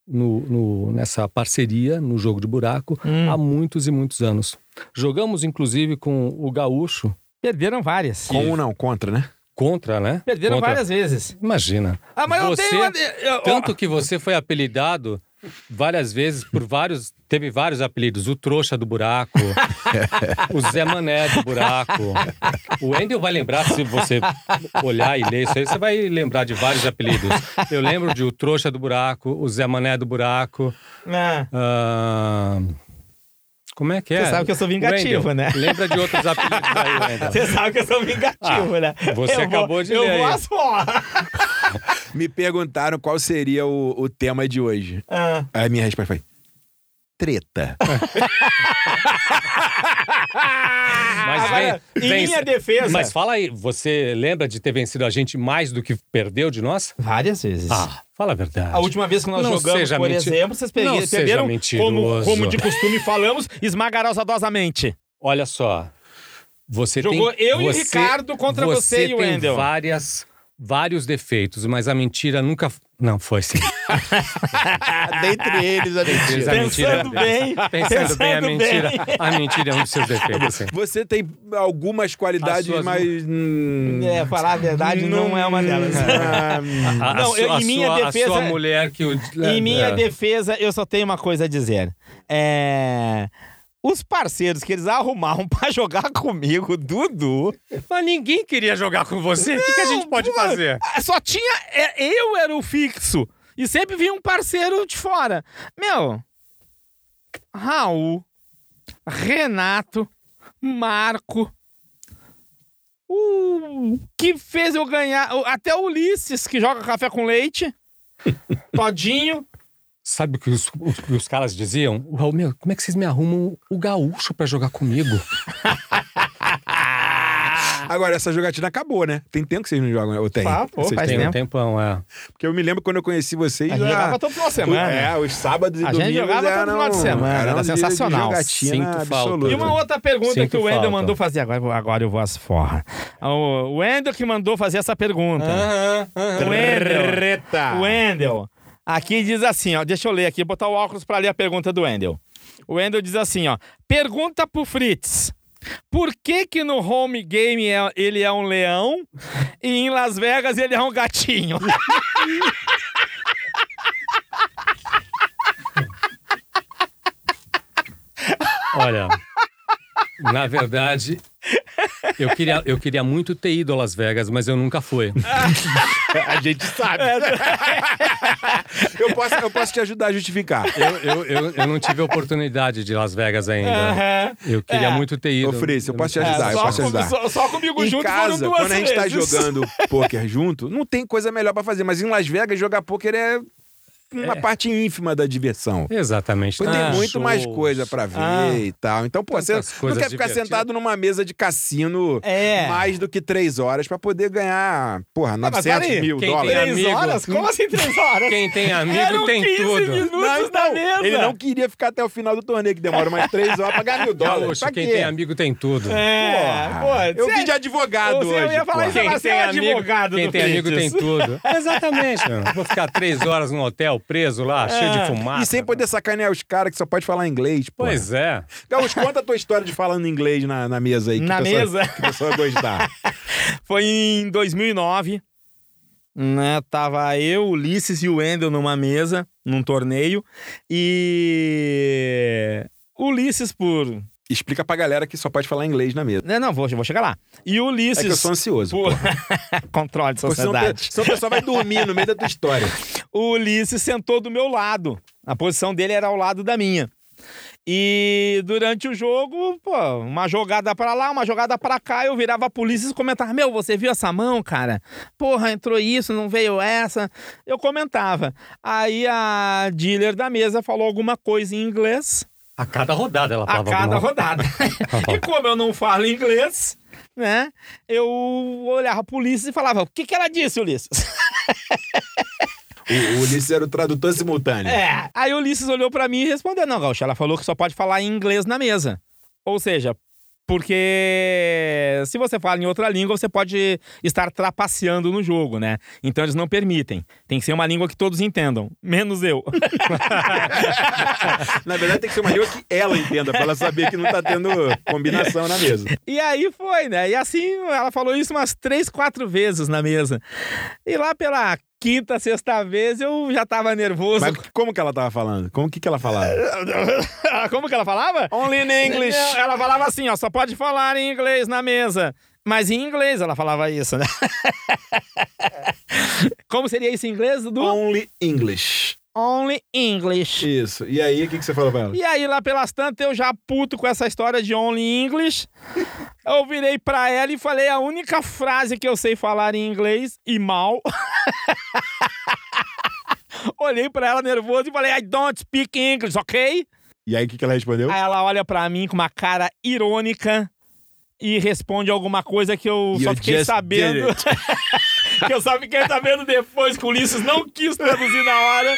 C: no, no- nessa parceria no jogo de buraco
A: Hum.
C: há muitos e muitos anos. Jogamos inclusive com o Gaúcho
A: Perderam várias.
B: Com ou não? Contra, né?
C: contra, né?
A: Perderam
C: Contra-
A: várias vezes.
C: Imagina.
A: Ah, mas
C: você,
A: eu tenho. eu-
C: Tanto que você foi apelidado várias vezes por vários. Teve vários apelidos. O Trouxa do Buraco, o Zé Mané do Buraco. O Wendel vai lembrar, se você olhar e ler isso aí, você vai lembrar de vários apelidos. Eu lembro de o Trouxa do Buraco, o Zé Mané do Buraco.
A: Ah,
C: ah, Como é que é?
A: Você sabe que eu sou vingativo,
C: Wendel,
A: né?
C: Lembra de outros apelidos aí, Wendel.
A: Ah. Você sabe que eu sou vingativo,
C: Ah,
A: né?
C: você
A: eu
C: acabou
A: vou,
C: de
A: Eu
C: ler
A: vou
C: aí.
A: às porras.
B: Me perguntaram qual seria o, o tema de hoje.
A: Ah,
B: A minha resposta foi:
D: treta.
C: Mas
A: Agora,
C: vem-
A: em
C: vem-
A: minha defesa,
C: Mas fala aí, você lembra de ter vencido a gente mais do que perdeu de nós?
A: várias vezes.
C: Ah, fala a verdade.
A: A última vez que nós
C: Não
A: jogamos,
C: seja
A: por
C: menti-
A: exemplo, vocês
C: Não
A: perderam,
C: seja
A: perderam como,
C: mentiroso.
A: como de costume falamos, esmagarosamente.
C: Olha só. Você
A: Jogou
C: tem,
A: eu e o
C: você-
A: Ricardo contra você e o
C: tem
A: Wendel.
C: várias, vários defeitos, mas a mentira nunca... f- Não, foi sim.
D: Dentre eles, a
C: Eles-
D: mentira.
C: a
A: Pensando
C: mentira é
A: bem,
C: dessa. Pensando, bem, a
A: pensando
C: mentira,
A: bem.
C: a mentira é um dos seus defeitos. sim.
B: Você tem algumas qualidades,
C: As suas-
B: mas. hum,
A: É, falar a verdade não, é uma delas.
B: Ah, hum.
C: A- a
A: Não,
C: su-
A: eu-
C: a
A: em minha
C: sua-
A: defesa-
C: A sua mulher que... O,
A: Em minha
C: É.
A: defesa, eu só tenho uma coisa a dizer. É. Os parceiros que eles arrumaram pra jogar comigo, Dudu.
C: Mas ninguém queria jogar com você. O que, que a gente pode
A: pô,
C: fazer?
A: Ah, Só tinha. é, Eu era o fixo. E sempre vinha um parceiro de fora. Meu. Raul. Renato. Marco. O que fez eu ganhar. o- Até o Ulisses, que joga café com leite. Todinho.
C: Sabe o que os, o que os caras diziam? O Raul, meu, como é que vocês me arrumam o gaúcho pra jogar comigo?
B: Agora, essa jogatina acabou, né? Tem tempo que vocês não jogam, né? ou tem?
A: Pá, Ah, pô,
C: vocês
A: faz
C: têm um
A: tempo.
C: tempão, é.
B: Porque eu me lembro quando eu conheci vocês.
A: A gente
B: ah,
A: jogava todo final de
B: o-
A: semana.
B: É, os sábados e
A: A gente
B: domingos.
A: jogava todo
B: eram-
A: final de semana,
B: eram
A: era
B: dias de
A: sensacional.
B: Jogatina
C: Sinto falta.
B: absoluta.
A: E uma outra pergunta
C: Sinto
A: que o Wendel
C: falta.
A: mandou fazer. Agora, agora eu vou às forras. Ah, O Wendel que mandou fazer essa pergunta. O Wendel.
D: Treta.
B: Ah.
A: O Wendel. Aqui diz assim, ó. Deixa eu ler aqui, botar o óculos pra ler a pergunta do Wendel. O Wendel diz assim, ó. Pergunta pro Fritz. Por que que no home game é- ele é um leão e em Las Vegas ele é um gatinho?
C: Olha, na verdade, eu queria, eu queria muito ter ido a Las Vegas, mas eu nunca fui.
D: A gente sabe.
B: Eu posso, eu posso te ajudar a justificar.
C: Eu, eu, eu, eu não tive a oportunidade de ir a Las Vegas ainda.
A: Aham.
C: Eu queria
A: É.
C: muito ter ido. É,
B: Ô, Fritz, eu posso te
C: nunca
B: ajudar,
C: fui.
B: eu
A: só,
B: posso
A: com-
B: ajudar.
A: só- só comigo
B: Em
A: junto
B: casa,
A: foram duas
B: quando a gente tá
A: vezes.
B: jogando pôquer junto, não tem coisa melhor pra fazer. Mas em Las Vegas, jogar pôquer é uma parte ínfima da diversão.
C: Exatamente. tá.
B: Tem
C: tantos
B: muito mais
C: Ah, shows.
B: coisa pra ver
A: Ah.
B: e tal. Então, pô, você
C: Tantas
B: não
C: coisas
B: quer ficar
C: divertidas.
B: sentado numa mesa de cassino
A: É.
B: mais do que três horas pra poder ganhar, porra,
A: mas
B: 900
A: peraí,
B: mil
C: quem tem
B: dólares.
A: Três
C: amigo.
A: horas? Como assim três horas?
C: Quem tem amigo
B: um
A: Eram
C: tem
A: 15
C: tudo.
A: minutos da mesa.
B: então, ele não queria ficar até o final do torneio, que demora mais três horas pra ganhar mil dólares.
C: Gaúcho,
B: Pra
C: quem
B: quê?
C: tem amigo tem tudo.
A: É,
B: Porra,
A: pô,
B: eu
A: cê-
B: vim de advogado
A: você
B: hoje.
A: ia falar
B: porra.
A: isso agora. Você é advogado
C: quem
A: do
C: tem amigo
A: Fritz.
C: tem tudo. Exatamente. mano. Vou ficar três horas num hotel preso lá, cheio de fumaça.
B: É. E sem poder sacanear os caras que só pode falar inglês, pô.
C: né? Pois é.
B: Gaúcho, conta a tua história de falando inglês na, na mesa aí. que
A: Na
B: o pessoal-
A: mesa?
B: Que o pessoal vai gostar.
A: Foi em 2009, né? Tava eu, Ulisses e o Wendel numa mesa, num torneio, e Ulisses por, né,
B: Explica pra galera que só pode falar inglês na mesa.
A: não, não vou, vou chegar lá. E
B: É
A: Ulisses
B: que eu sou ansioso.
A: por um controle de
B: Pô, senão,
A: sociedade.
B: pe- senão o pessoal vai dormir no meio da tua história.
A: o Ulisses sentou do meu lado. A posição dele era ao lado da minha. E durante o jogo, pô, uma jogada pra lá, uma jogada pra cá, eu virava a polícia e comentava: Meu, você viu essa mão, cara? Porra, entrou isso, não veio essa. Eu comentava. Aí a dealer da mesa falou alguma coisa em inglês
C: A cada rodada ela
A: a
C: falava
A: cada
C: alguma-
A: rodada. e como eu não falo inglês, né? Eu olhava a polícia e falava: O que, que ela disse, Ulisses?
B: O, o Ulisses era o tradutor simultâneo.
A: É. Aí o Ulisses olhou pra mim e respondeu: Não, Gaúcho, ela falou que só pode falar em inglês na mesa. Ou seja, porque se você fala em outra língua, você pode estar trapaceando no jogo, né? Então eles não permitem. Tem que ser uma língua que todos entendam, menos eu.
B: Na verdade, tem que ser uma língua que ela entenda, pra ela saber que não tá tendo combinação na mesa.
A: E aí foi, né? E assim, ela falou isso umas três, quatro vezes na mesa. E lá pela quinta, sexta vez, eu já tava nervoso.
B: Mas como que ela tava falando? Como que, que ela
A: É,
B: falava?
A: Como que ela falava?
B: Only in English.
A: Não, ela falava assim, ó, só pode falar em inglês na mesa. Mas em inglês ela falava isso, né? Como seria isso em inglês, Dudu?
B: Only English.
A: Only English.
B: Isso. E aí, o que, que você falou pra ela?
A: E aí, lá pelas tantas, eu já puto com essa história de Only English, eu virei pra ela e falei a única frase que eu sei falar em inglês, e mal. Olhei pra ela nervoso e falei, I don't speak English, ok?
B: E aí, o que, que ela respondeu?
A: Aí ela olha pra mim com uma cara irônica e responde alguma coisa que eu só
B: You
A: fiquei
B: just
A: sabendo.
B: did
A: que eu só fiquei sabendo depois que o Ulisses não quis traduzir na hora,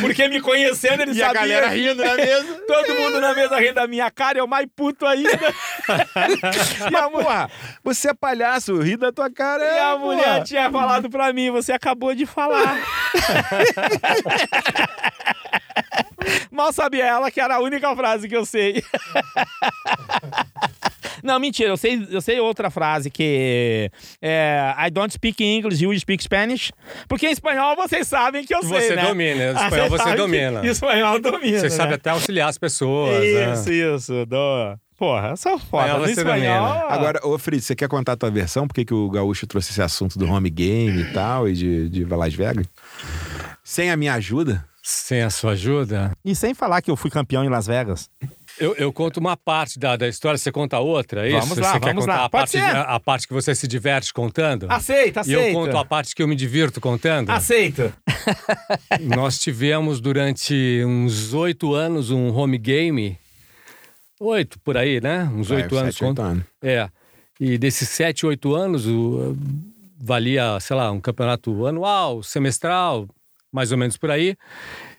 A: porque me conhecendo ele
D: E
A: sabia.
D: a galera rindo
B: é
D: na mesa.
A: Todo mundo na mesa rindo da minha cara, eu mais puto ainda. e a, mu-
B: Porra, você é palhaço, ri da tua cara. é,
A: e a
B: porra.
A: mulher tinha falado pra mim, você acabou de falar. Mal sabia ela que era a única frase que eu sei. Não, mentira, eu sei, eu sei outra frase que é I don't speak English, you speak Spanish. Porque em espanhol vocês sabem que eu sei,
C: Você
A: né?
C: domina, em
A: Ah,
C: espanhol
A: vocês
C: você
A: sabem que
C: domina.
A: Espanhol domina,
C: Você
A: né?
C: sabe até auxiliar as pessoas.
A: Isso,
C: né?
A: isso. Do... Porra, eu sou foda.
C: Ela
A: no
C: você
A: espanhol.
C: domina.
B: Agora, ô Fritz, você quer contar a tua versão? Por que, que o Gaúcho trouxe esse assunto do home game e tal, e de, de Las Vegas? Sem a minha ajuda?
C: Sem a sua ajuda.
A: E sem falar que eu fui campeão em Las Vegas.
C: Eu, eu conto uma parte da, da história, você conta outra, é isso?
A: Vamos lá,
C: você quer
A: vamos
C: contar
A: lá.
C: A,
A: Pode
C: parte,
A: ser.
C: a, a parte que você se diverte contando?
A: Aceita,
C: E
A: aceita.
C: eu conto a parte que eu me divirto contando?
A: Aceito.
C: Nós tivemos durante uns oito anos um home game. Oito, por aí, né? Uns
B: É,
C: oito anos.
B: sete, oito
C: conta-
B: anos.
C: É. E desses sete, oito anos, o- valia, sei lá, um campeonato anual, semestral, mais ou menos por aí.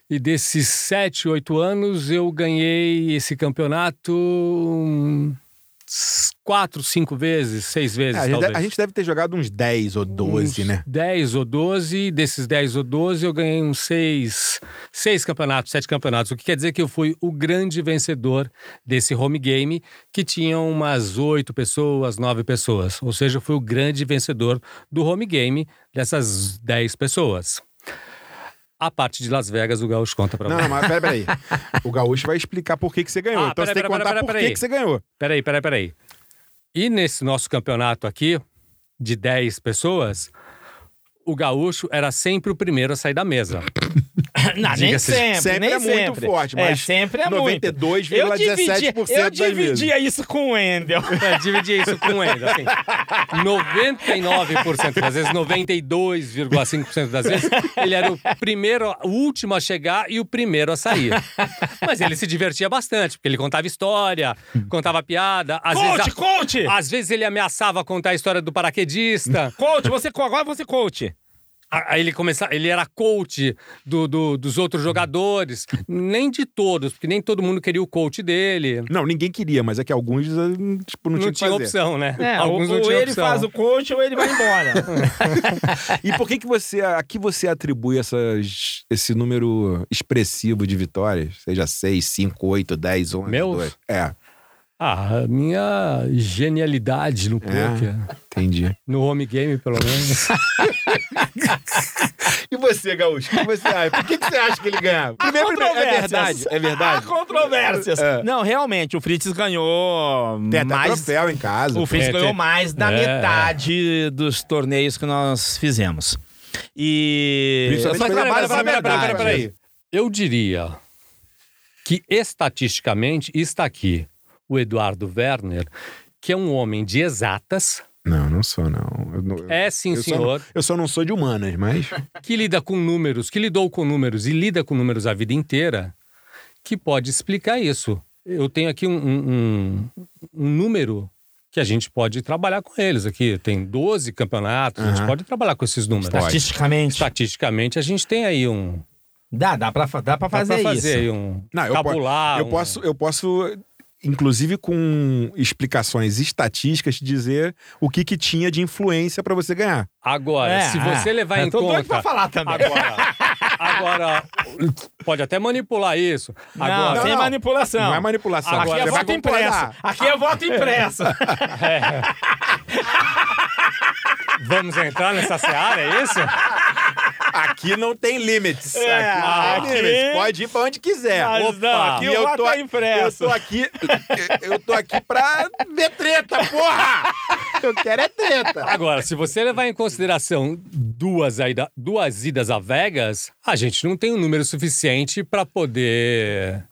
C: E desses sete, oito anos, eu ganhei esse campeonato hum, s- quatro, cinco vezes, seis vezes,
B: É, a, gente
C: talvez.
B: deve, a gente deve ter jogado uns 10 ou 12,
C: Uns
B: né?
C: 10 ou 12, desses 10 ou 12 eu ganhei uns 6, seis campeonatos, 7 campeonatos, o que quer dizer que eu fui o grande vencedor desse home game, que tinha umas 8 pessoas, 9 pessoas, ou seja, eu fui o grande vencedor do home game dessas 10 pessoas. A parte de Las Vegas, o Gaúcho conta pra
B: Não,
C: mim.
B: não, mas pera- peraí. o Gaúcho vai explicar por que, que você ganhou.
C: Ah,
B: então você
C: peraí,
B: tem que
C: peraí,
B: contar
C: peraí,
B: por que
C: peraí.
B: que você ganhou.
C: Peraí, peraí, peraí. E nesse nosso campeonato aqui, de 10 pessoas, o gaúcho era sempre o primeiro a sair da mesa.
A: Não, nem
C: Diga-se,
A: sempre,
B: sempre
A: nem
B: é muito
A: sempre.
B: forte,
A: é,
B: mas
A: sempre é muito. Eu
B: 92,17%
A: dividia- Eu
B: das vezes.
A: dividia isso com o Wendel.
C: É, dividir isso com ele, assim. 99% das vezes, 92,5% das vezes, ele era o primeiro, o último a chegar e o primeiro a sair. Mas ele se divertia bastante, porque ele contava história, contava piada. Às
A: Coach,
C: vezes,
A: coach!
C: às vezes ele ameaçava contar a história do paraquedista.
A: Coach, você, co- agora você coach.
C: A- Aí ele começava, ele era coach do- do- dos outros jogadores, nem de todos, porque nem todo mundo queria o coach dele.
B: Não, ninguém queria, mas é que alguns, tipo, não,
C: Não,
B: tinha que
C: tinha
B: fazer.
C: opção, né?
A: É,
C: Alguns
A: ou,
C: não
A: ou
C: tinham
A: ele
C: opção.
A: faz o coach ou ele vai embora.
B: E por que que você, a que você atribui essas, esse número expressivo de vitórias? Seja 6, 5, 8, 10, 11,
C: Meus?
B: 12. É,
C: Ah, a minha genialidade
A: É.
C: no poker.
B: entendi.
C: No home game, pelo menos.
B: E você, Gaúcho, o que você acha? Por que, que você acha que ele ganhava? Primeiro, primeiro, é verdade, é
A: Há
B: verdade.
A: controvérsias.
B: É.
A: Não, realmente, o Fritz ganhou
B: Tem até
A: mais
B: troféu em casa.
A: O Fritz
C: É,
A: ganhou
C: tem-
A: mais da
C: é.
A: metade dos torneios que nós fizemos. E.
B: Principalmente
A: Só que
B: pela
A: trabalha pra
B: base da
A: verdade.
B: verdade.
C: Eu diria que estatisticamente está aqui o Eduardo Werner, que é um homem de exatas.
B: Não, não sou, não. Eu não-
C: É sim,
B: eu só não-
C: senhor.
B: eu só não sou de humanas, mas...
C: que lida com números, que lidou com números e lida com números a vida inteira, que pode explicar isso. Eu tenho aqui um, um- um- um número que a gente pode trabalhar com eles aqui. Tem 12 campeonatos, a gente
B: Aham.
C: pode trabalhar com esses números.
A: Estatisticamente.
C: Estatisticamente, a gente tem aí um.
A: Dá, dá pra, fa- dá pra
C: dá
A: fazer,
C: pra fazer
A: isso.
C: aí um.
B: Não, eu po-
A: Ah,
C: tabular.
B: Eu
C: um-
B: posso, eu posso, inclusive com explicações estatísticas, dizer o que, que tinha de influência pra você ganhar.
C: Agora,
A: É,
C: se você
A: é.
C: levar
A: Eu
C: em
A: tô doido pra
C: conta.
A: falar também.
C: Agora, agora, pode até manipular isso.
A: Não,
C: Agora,
A: sem
B: não.
A: manipulação.
B: Não é manipulação.
A: Aqui
C: Agora,
A: é
B: você vai
A: voto
B: concordar.
A: impresso. Aqui é voto impresso.
C: É. vamos entrar nessa seara, é isso?
B: Aqui não tem limites.
A: É,
B: aqui não tem
A: aqui-
B: limites. Pode ir pra onde quiser.
A: Mas
C: Opa.
A: não, aqui
B: E
A: o voto é
B: a-
A: impresso.
B: Eu tô aqui. Eu tô aqui pra ver treta, porra! Eu quero é treta.
C: Agora, se você levar em consideração duas, aida- duas idas a Vegas, a gente não tem um número suficiente para poder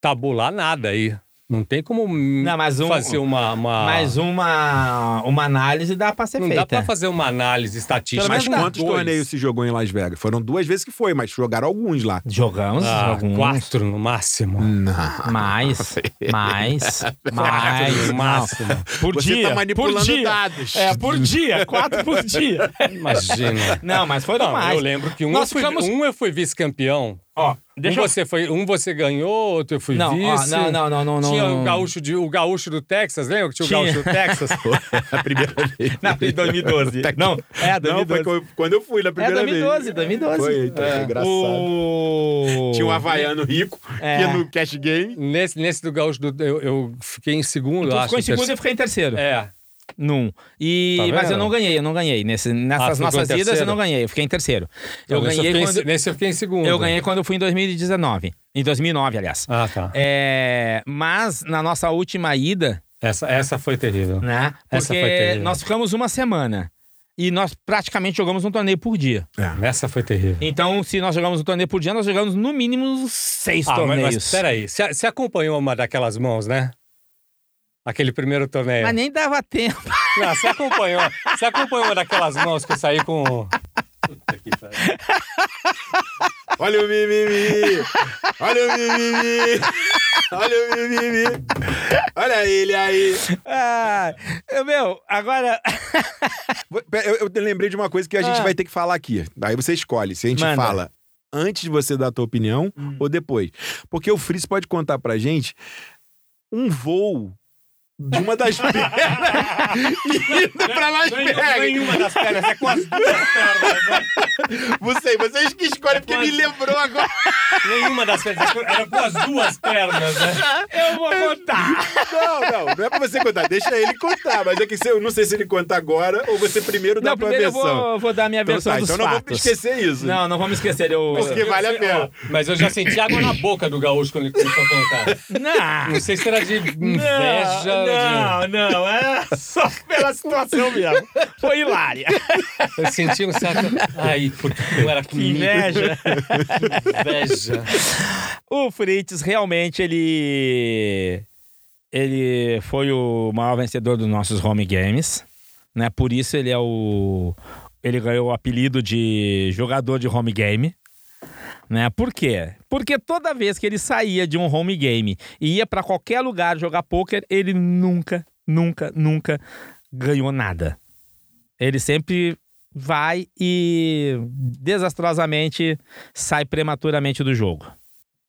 C: tabular nada aí. Não tem como
A: Não, mas um-
C: fazer uma. uma-
A: Mas uma, uma análise dá pra ser
C: não dá
A: é feita.
C: pra fazer uma análise estatística.
B: Mas
C: com
B: quantos
C: dois.
B: torneios se jogou em Las Vegas? Foram duas vezes que foi, mas jogaram alguns lá.
A: Jogamos
C: Ah,
A: alguns. Hum.
C: quatro no máximo.
A: Mais, mais, mais.
C: Quatro no
A: Não.
C: máximo.
A: Por
B: Você
A: dia,
B: tá manipulando
A: por dia.
B: dados.
A: É, por dia, quatro por dia.
C: Imagina.
A: Não, mas foram
C: Não,
A: mais.
C: eu lembro que um,
A: Nós
C: eu fui,
A: ficamos-
C: um eu fui vice-campeão.
A: Ó,
C: Um
A: deixa eu...
C: você, foi, um você ganhou, outro eu fui
A: Não, ó,
C: vice.
A: não, não, não, não, não.
C: Tinha o gaúcho, de, o gaúcho do Texas, lembra que tinha,
A: Tinha.
C: o gaúcho do Texas?
B: A primeira vez.
A: Não, em 2012. Não, é,
B: Não,
A: 2012.
B: foi quando eu- quando eu fui na
A: é
B: primeira
A: 2012,
B: vez.
A: 2012.
B: Foi, então, é engraçado.
A: O...
B: Tinha um havaiano rico,
A: É.
B: que no cash game.
C: Nesse, nesse do gaúcho do, eu, eu fiquei em segundo,
A: Tu
C: acho.
A: Então ficou em segundo e eu
C: terceiro.
A: fiquei em terceiro.
C: É.
A: Num. E...
C: Tá vendo?
A: mas eu não ganhei, eu não ganhei. Nesse,
C: Ah,
A: nessas
C: ficou em
A: nossas idas eu
C: terceiro?
A: não ganhei, eu fiquei em terceiro. Eu
C: Então, nesse
A: ganhei,
C: fiquei em
A: quando,
C: se- Nesse eu fiquei em segundo.
A: eu ganhei quando eu fui em 2019. Em 2009, aliás.
C: Ah, tá.
A: É, mas na nossa última ida,
C: Essa, essa foi terrível.
A: né? Porque
C: Essa foi terrível.
A: nós ficamos uma semana. E nós praticamente jogamos um torneio por dia.
C: Essa foi terrível.
A: Então, se nós jogamos um torneio por dia, nós jogamos no mínimo uns seis
C: Ah, mas,
A: torneios.
C: mas peraí, você você acompanhou uma daquelas mãos, né? Aquele primeiro torneio.
A: Mas nem dava tempo.
C: Não, você acompanhou. Você acompanhou uma daquelas mãos que eu saí com.
B: Olha o mimimi! Olha o mimimi! Olha o mimimi! Olha ele aí!
A: Ah, meu, agora.
B: Eu, eu lembrei de uma coisa que a gente
A: Ah.
B: vai ter que falar aqui. Aí você escolhe se a gente
A: Manda. Hum.
B: fala antes de você dar a tua opinião ou depois. Porque o Fritz pode contar pra gente um voo de uma das pernas indo pra Las Vegas.
C: Nenhuma das pernas, é com as duas pernas.
B: Você, vocês que escolhem, porque me lembrou agora.
C: Nenhuma das pernas, era com as duas pernas, né?
A: Eu vou contar.
B: Não, não, não é pra você contar. Deixa ele contar. Mas é que se- eu não sei se ele conta agora ou você primeiro dá
A: Não,
B: a tua
A: primeiro eu
B: versão.
A: vou, vou dar a minha
B: Então
A: versão
B: tá,
A: dos
B: então não vamos
A: fatos.
B: esquecer isso.
A: Não, não vamos esquecer. Eu...
B: Porque vale a pena.
C: Mas eu já senti água na boca do gaúcho quando ele começou a contar.
A: Não.
C: Não sei se era de inveja. de-
A: Não, não, é só pela situação mesmo. Foi hilária.
C: Eu senti um certo. Ai, porque não era
A: Que
C: comigo.
A: inveja.
C: Inveja.
A: O Fritz realmente ele ele foi o maior vencedor dos nossos home games, né? Por isso ele é o ele ganhou o apelido de jogador de home game. Né? Por quê? Porque toda vez que ele saía de um home game e ia pra qualquer lugar jogar pôquer, ele nunca, nunca, nunca ganhou nada. Ele sempre vai e desastrosamente sai prematuramente do jogo.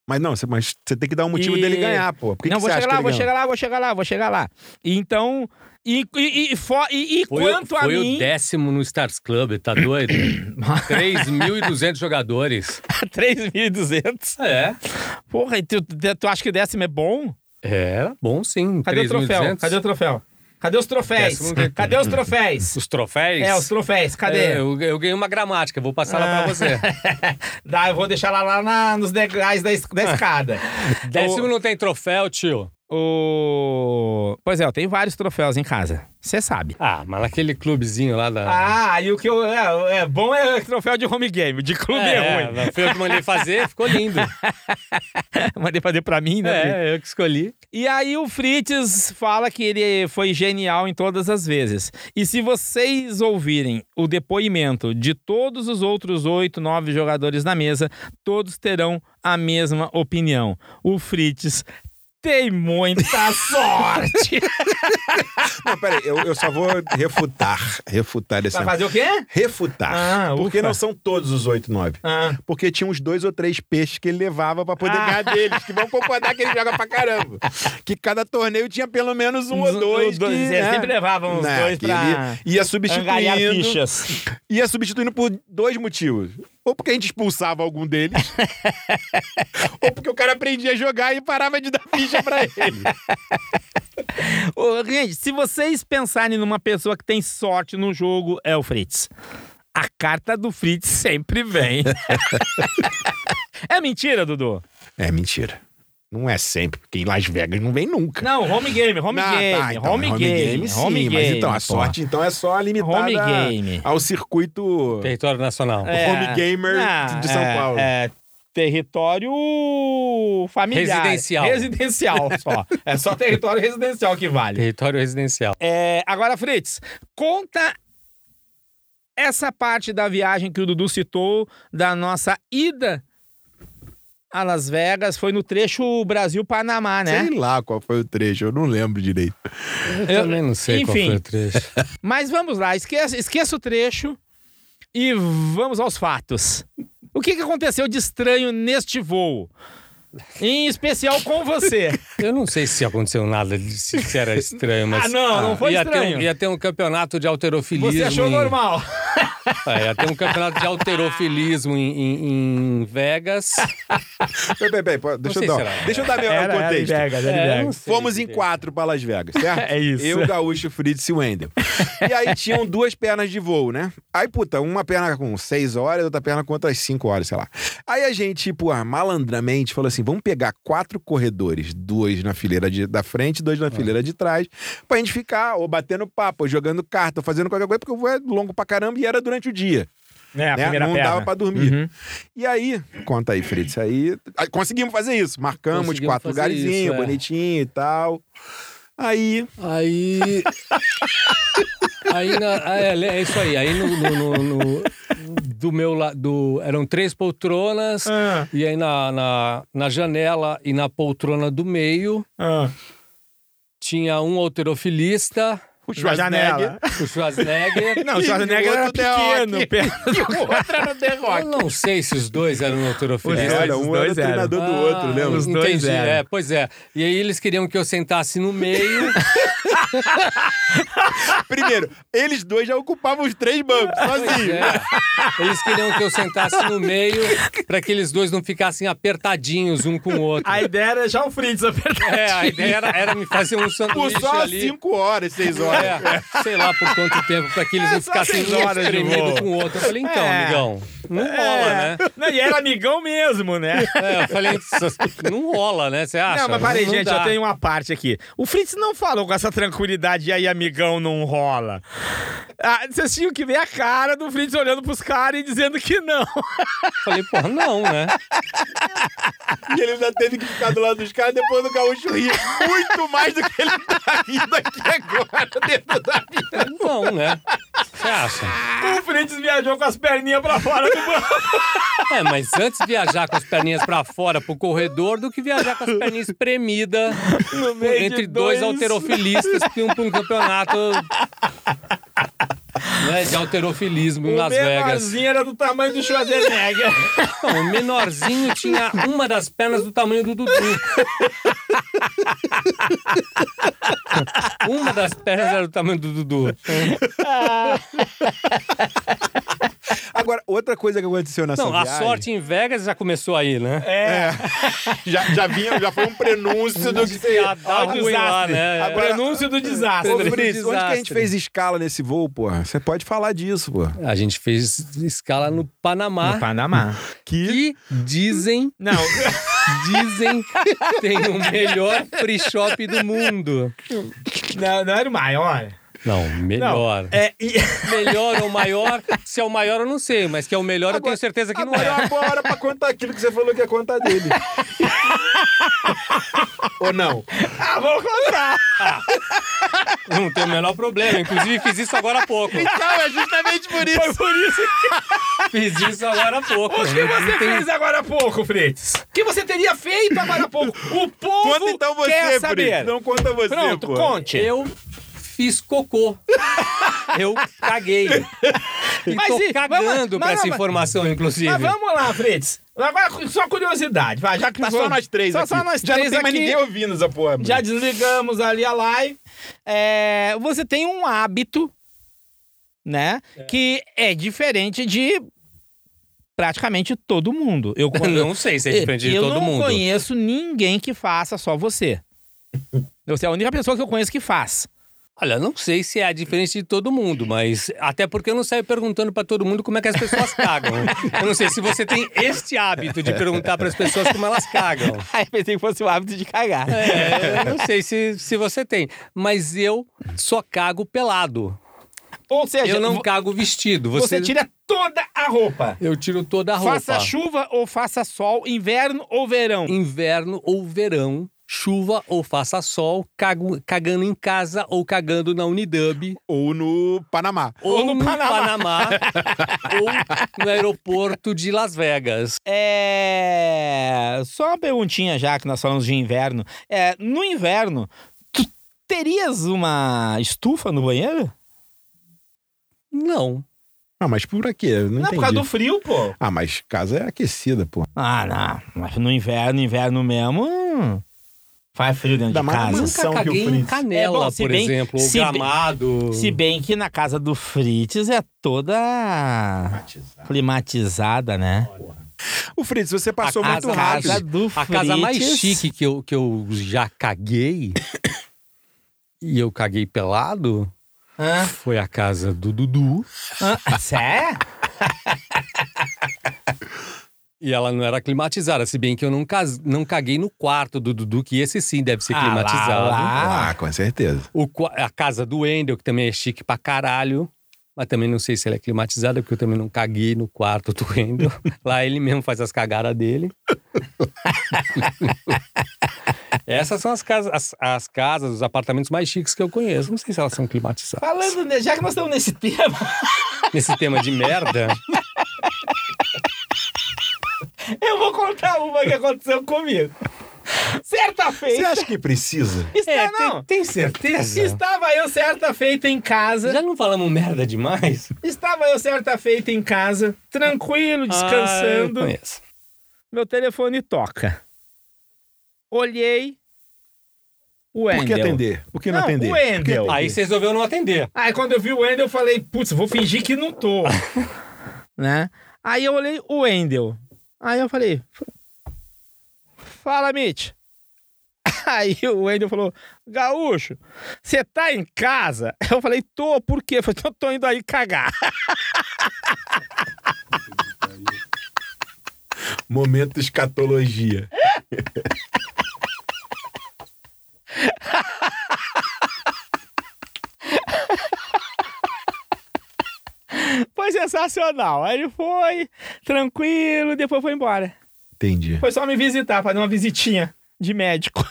B: Mas não, você, mas você tem que dar um motivo
A: E-
B: dele ganhar, pô. Por que,
A: não,
B: que
A: vou
B: você acha
A: chegar lá,
B: que
A: vou
B: ele ganhou?
A: chegar lá, vou chegar lá, vou chegar lá. E Então, e, e, e, fo- e- e
C: Foi,
A: quanto
C: o,
A: a
C: foi
A: mim,
C: o décimo no Stars Club, tá doido? 3.200 jogadores.
A: 3.200.
C: É.
A: Porra, e tu, tu acha que o décimo é bom?
C: É, bom sim.
A: Cadê o troféu?
C: 3.200.
A: Cadê o troféu? Cadê os troféus?
C: Décimo que-
A: Cadê os troféus?
C: Os troféus?
A: É, os troféus, cadê? Ah.
C: É, eu, eu ganhei uma gramática, vou passar lá pra você.
A: Dá, eu vou deixar lá, lá na- nos degraus da, es- da escada.
C: Décimo não tem troféu, tio.
A: O... Pois é, eu tenho vários troféus em casa. Você sabe.
C: Ah, mas naquele clubezinho lá da.
A: Ah, e o que eu. É, é bom é troféu de home game. De clube é, ruim.
C: Foi eu que mandei fazer, ficou lindo.
A: Mandei fazer pra mim, né? Felipe?
C: É, eu que escolhi.
A: E aí o Fritz fala que ele foi genial em todas as vezes. E se vocês ouvirem o depoimento de todos os outros oito, nove jogadores na mesa, todos terão a mesma opinião. O Fritz tem muita sorte.
B: Não, peraí, eu, eu só vou refutar. Refutar desse
A: Vai fazer o quê?
B: Refutar.
A: Ah,
B: porque
A: ufa.
B: não são todos os oito, nove.
A: Ah,
B: Porque tinha uns dois ou três peixes que ele levava pra poder
A: Ah.
B: ganhar deles, que vão concordar que ele joga pra caramba. Que cada torneio tinha pelo menos um
A: Uns-
B: ou dois.
A: os dois,
B: que,
A: é,
B: né?
A: sempre levavam os
B: Né,
A: dois
B: que
A: pra
B: ele Ia
A: angariar
B: substituindo.
A: fichas.
B: Ia substituindo é por dois motivos. Ou porque a gente expulsava algum deles, ou porque o cara aprendia a jogar e parava de dar ficha pra ele.
A: Ô, gente, se vocês pensarem numa pessoa que tem sorte no jogo, é o Fritz. A carta do Fritz sempre vem. é mentira, Dudu?
B: É mentira. Não é sempre, porque em Las Vegas não vem nunca.
A: Não, home game, home
B: Ah,
A: game,
B: tá, então,
A: home, game,
B: sim,
A: home
B: mas
A: game,
B: então
A: pô.
B: a sorte então é só limitada
A: Home game.
B: ao circuito
C: Território Nacional.
B: home gamer de São Paulo.
A: Ah, É, Território familiar.
C: Residencial.
A: Residencial só. é só território residencial que vale.
C: Território residencial.
A: É, agora, Fritz, conta essa parte da viagem que o Dudu citou, da nossa ida a Las Vegas, foi no trecho Brasil-Panamá, né?
B: Sei lá qual foi o trecho, eu não lembro direito.
C: Eu,
A: Eu-
C: também não sei qual
A: enfim.
C: foi o trecho.
A: Mas vamos lá, esqueça, esqueça o trecho e vamos aos fatos. O que, que aconteceu de estranho neste voo? Em especial com você.
C: Eu não sei se aconteceu nada, de- se se era estranho, mas...
A: Ah, não, não foi
C: ia Ter
A: estranho.
C: um, ia ter um campeonato de
B: um
C: alterofilismo.
A: Você achou
C: em-
A: normal.
C: É, ia ter um campeonato de alterofilismo em, em- em Vegas.
B: Peraí, peraí, peraí, pô, deixa,
C: sei
B: eu dar, um-
C: se era-
B: deixa eu dar meu contexto.
C: É, eu não sei
B: Fomos
C: se
B: em
C: teve.
B: quatro para Las Vegas, certo?
A: É isso.
B: Eu, Gaúcho, Fritz e Wendel. E aí tinham duas pernas de voo, né? Aí, puta, uma perna com seis horas, outra perna com outras cinco horas, sei lá. Aí a gente, tipo, ah, malandramente, falou assim, vamos pegar quatro corredores, dois na fileira de- da frente, dois
A: É.
B: na fileira de trás, pra gente ficar ou batendo papo, ou jogando carta, ou fazendo qualquer coisa, porque o voo é longo pra caramba e era durante o dia,
A: É, a
B: né?
A: primeira
B: Não
A: perna.
B: dava pra dormir.
C: Uhum.
B: E aí, conta aí, Fritz, aí, aí conseguimos fazer isso. Marcamos
C: Conseguimos
B: quatro
C: fazer isso,
B: lugarzinhos,
C: é.
B: bonitinho e tal. Aí,
C: Aí... aí na- ah, é, é isso aí. Aí no... no- no- no- do meu lado... Eram três poltronas.
A: Ah,
C: E aí na, na, na janela e na poltrona do meio
A: ah.
C: tinha um alterofilista,
B: o
A: Na janela.
C: o Schwarzenegger.
A: Não, o Schwarzenegger
B: E o
A: era
B: outro The
A: pequeno.
B: Rock.
A: perto do cara.
C: Eu não sei se os dois
A: é,
C: eram
A: Os
C: alterofilistas.
A: dois,
B: Era,
A: os
B: um era
A: dois
B: o treinador do
C: Ah,
B: outro, lembra?
A: Os dois
C: entendi,
A: eram.
C: é, pois é. E aí eles queriam que eu sentasse no meio.
B: Primeiro, eles dois já ocupavam os três bancos,
C: Pois
B: sozinhos.
C: é. Eles queriam que eu sentasse no meio para que eles dois não ficassem apertadinhos um com o outro.
A: A ideia era já um o Fritz apertar.
C: É, a ideia era, era me fazer um
B: Por
C: sanduíche
B: só
C: ali.
A: assim,
B: cinco horas, seis horas.
C: É, sei lá por quanto tempo, pra que eles não
A: É, só
C: ficassem
A: seis
C: um
A: horas de voo.
C: espremido com o outro. Eu falei, então,
A: É.
C: amigão, não rola, né?
A: Não, e era amigão mesmo, né?
C: É, eu falei, "Isso não rola, né? Você acha?
A: não, mas parei, gente,
C: dá."
A: eu tenho uma parte aqui. O Fritz não falou com essa tranquilidade, e aí, amigão, não rola. Ah, vocês tinham que ver a cara do Fritz olhando pros caras e dizendo que não.
C: Falei, porra, não, né?
B: E ele ainda teve que ficar do lado dos caras depois do gaúcho rir. Muito mais do que ele tá rindo aqui agora dentro da vida.
C: Não, né? Você acha?
A: O Fritz viajou com as perninhas pra fora do banco.
C: É, mas antes viajar com as perninhas pra fora pro corredor do que viajar com as perninhas espremidas
A: meio de
C: entre dois,
A: dois.
C: alterofilistas que iam pra um campeonato né, de alterofilismo em
A: O
C: Las Vegas.
A: menorzinho era do tamanho do Schwarzenegger.
C: Não, o menorzinho tinha uma das pernas do tamanho do Dudu. uma das pernas era do tamanho do Dudu.
B: Agora, outra coisa que aconteceu nessa
C: Não, a
B: viagem...
C: sorte em Vegas já começou aí, né? É,
B: Já, já, vinha, já foi um prenúncio do que
C: já dá
A: o
C: ruim lá,
A: desastre.
C: né?
A: Agora... Prenúncio do desastre.
B: Ô,
C: Pedro,
B: Fritz, onde que a gente
C: desastre.
B: fez escala nesse voo, porra? Você pode falar disso, porra.
C: A gente fez escala no Panamá.
A: Panamá.
C: que dizem,
A: Não,
C: dizem tem o melhor free shop do mundo.
A: não, não era o maior.
C: Não,
A: Não,
C: melhor.
A: É, e-
C: Melhor ou maior? Se é o maior, eu não sei, mas que é o melhor, eu tenho certeza que não
B: Agora é
C: é.
B: uma boa hora pra contar aquilo que você falou que é contar dele. Ou não?
A: Ah, vou contar.
C: Não tem o menor problema. Inclusive, fiz isso agora há pouco.
B: Não, é justamente por isso.
A: Foi por isso que
C: Fiz isso agora há pouco.
A: O que você fez agora há pouco, Fritz. O que você teria feito agora há pouco. O povo
B: Conta então você,
A: quer
B: Fritz.
A: saber.
B: Não conta você,
A: Pronto,
B: pô.
A: conte.
C: Eu fiz cocô. Eu caguei. E
A: Mas
C: tô
A: e- vamos-
C: cagando pra
A: mas
C: essa
A: não, mas-
C: informação, inclusive.
A: Mas vamos lá, Fritz. Agora, só curiosidade. Vai, já que
B: Tá só nós três
A: só,
B: aqui.
A: Só nós
B: Já
A: três
B: não tem mais
A: aqui.
B: ninguém ouvindo essa porra.
A: Já
B: mano.
A: desligamos ali a live. É, você tem um hábito, né? Que é diferente de praticamente todo mundo. Eu,
C: Não sei se é diferente de
A: eu
C: todo
A: não
C: mundo.
A: conheço ninguém que faça, só você. Você é a única pessoa que eu conheço que faz.
C: Olha, não sei se é a diferença de todo mundo, mas até porque eu não saio perguntando pra todo mundo como é que as pessoas cagam. Eu não sei se você tem este hábito de perguntar pras pessoas como elas cagam.
A: Aí Ah, pensei que fosse o hábito de cagar.
C: É, eu não sei se, se você tem, mas eu só cago pelado.
A: Ou seja,
C: Eu não
A: vo-
C: cago vestido.
A: você
C: Você,
A: tira toda a roupa.
C: Eu tiro toda a roupa.
A: Faça chuva ou faça sol, inverno ou verão.
C: Inverno ou verão, chuva ou faça sol, cago- cagando em casa ou cagando na Unidub.
B: Ou no Panamá.
C: Ou,
A: no
C: no Panamá. ou no aeroporto de Las Vegas.
A: É. Só uma perguntinha já que nós falamos de inverno. É, no inverno, tu terias uma estufa no banheiro?
C: Não.
B: Ah, mas por quê? Eu Não,
A: Não,
B: entendi.
A: por causa do frio, pô.
B: Ah, mas casa é aquecida, pô.
A: Ah, não. Mas no inverno, inverno mesmo. hum, Faz frio dentro
B: Dá
A: de
B: mais
A: casa.
B: uma-
C: Nunca
B: São Rio
C: caguei em
B: Fritz.
C: canela,
A: É bom, se
C: por
A: bem-
C: exemplo. Ou
A: se bem-
C: gramado.
A: Se bem que na casa do Fritz é toda climatizada, né?
B: O Fritz, você passou
C: A
B: muito
C: casa-
A: a
B: rápido.
A: casa do Fritz.
C: A casa mais chique que eu, que eu já caguei, e eu caguei pelado,
A: Hã?
C: foi a casa do Dudu.
A: Hã? é? Sério?
C: E ela não era climatizada, se bem que eu não, cas- não caguei no quarto do Dudu, que esse sim deve ser
A: Ah, lá,
C: climatizado.
A: lá.
B: Ah, com certeza.
C: O qua- a casa do Wendel, que também é chique pra caralho. Mas também não sei se ela é climatizada, porque eu também não caguei no quarto do Wendel. Lá ele mesmo faz as cagadas dele. Essas são as casas, as, as casas, os apartamentos mais chiques que eu conheço. Não sei se elas são climatizadas.
A: Falando, né, já que nós estamos nesse tema,
C: Nesse tema de merda,
A: eu vou contar uma que aconteceu comigo. Certa
B: Você
A: feita.
B: acha que precisa?
A: Está,
C: É,
A: não.
C: tem certeza?
A: Estava eu certa feita em casa.
C: Já não falamos merda demais?
A: Estava eu certa feita em casa, tranquilo,
C: Ah, eu
A: descansando.
C: conheço.
A: Meu telefone toca. Olhei. O
B: Por que
A: Wendel.
B: atender? Por que não,
A: Não,
B: atender?
A: o Wendel.
C: Aí você resolveu não atender.
A: Aí quando eu vi o Wendel, eu falei, putz, vou fingir que não tô. né? Aí eu olhei o Wendel. Aí eu falei, fala, Mitch. Aí o Wendel falou, gaúcho, você tá em casa? Eu falei, tô, por quê? Eu falei, tô, tô indo aí cagar.
B: Momento escatologia.
A: Foi sensacional. Aí ele foi, tranquilo, depois foi embora.
B: Entendi.
A: Foi só me visitar, fazer uma visitinha de médico.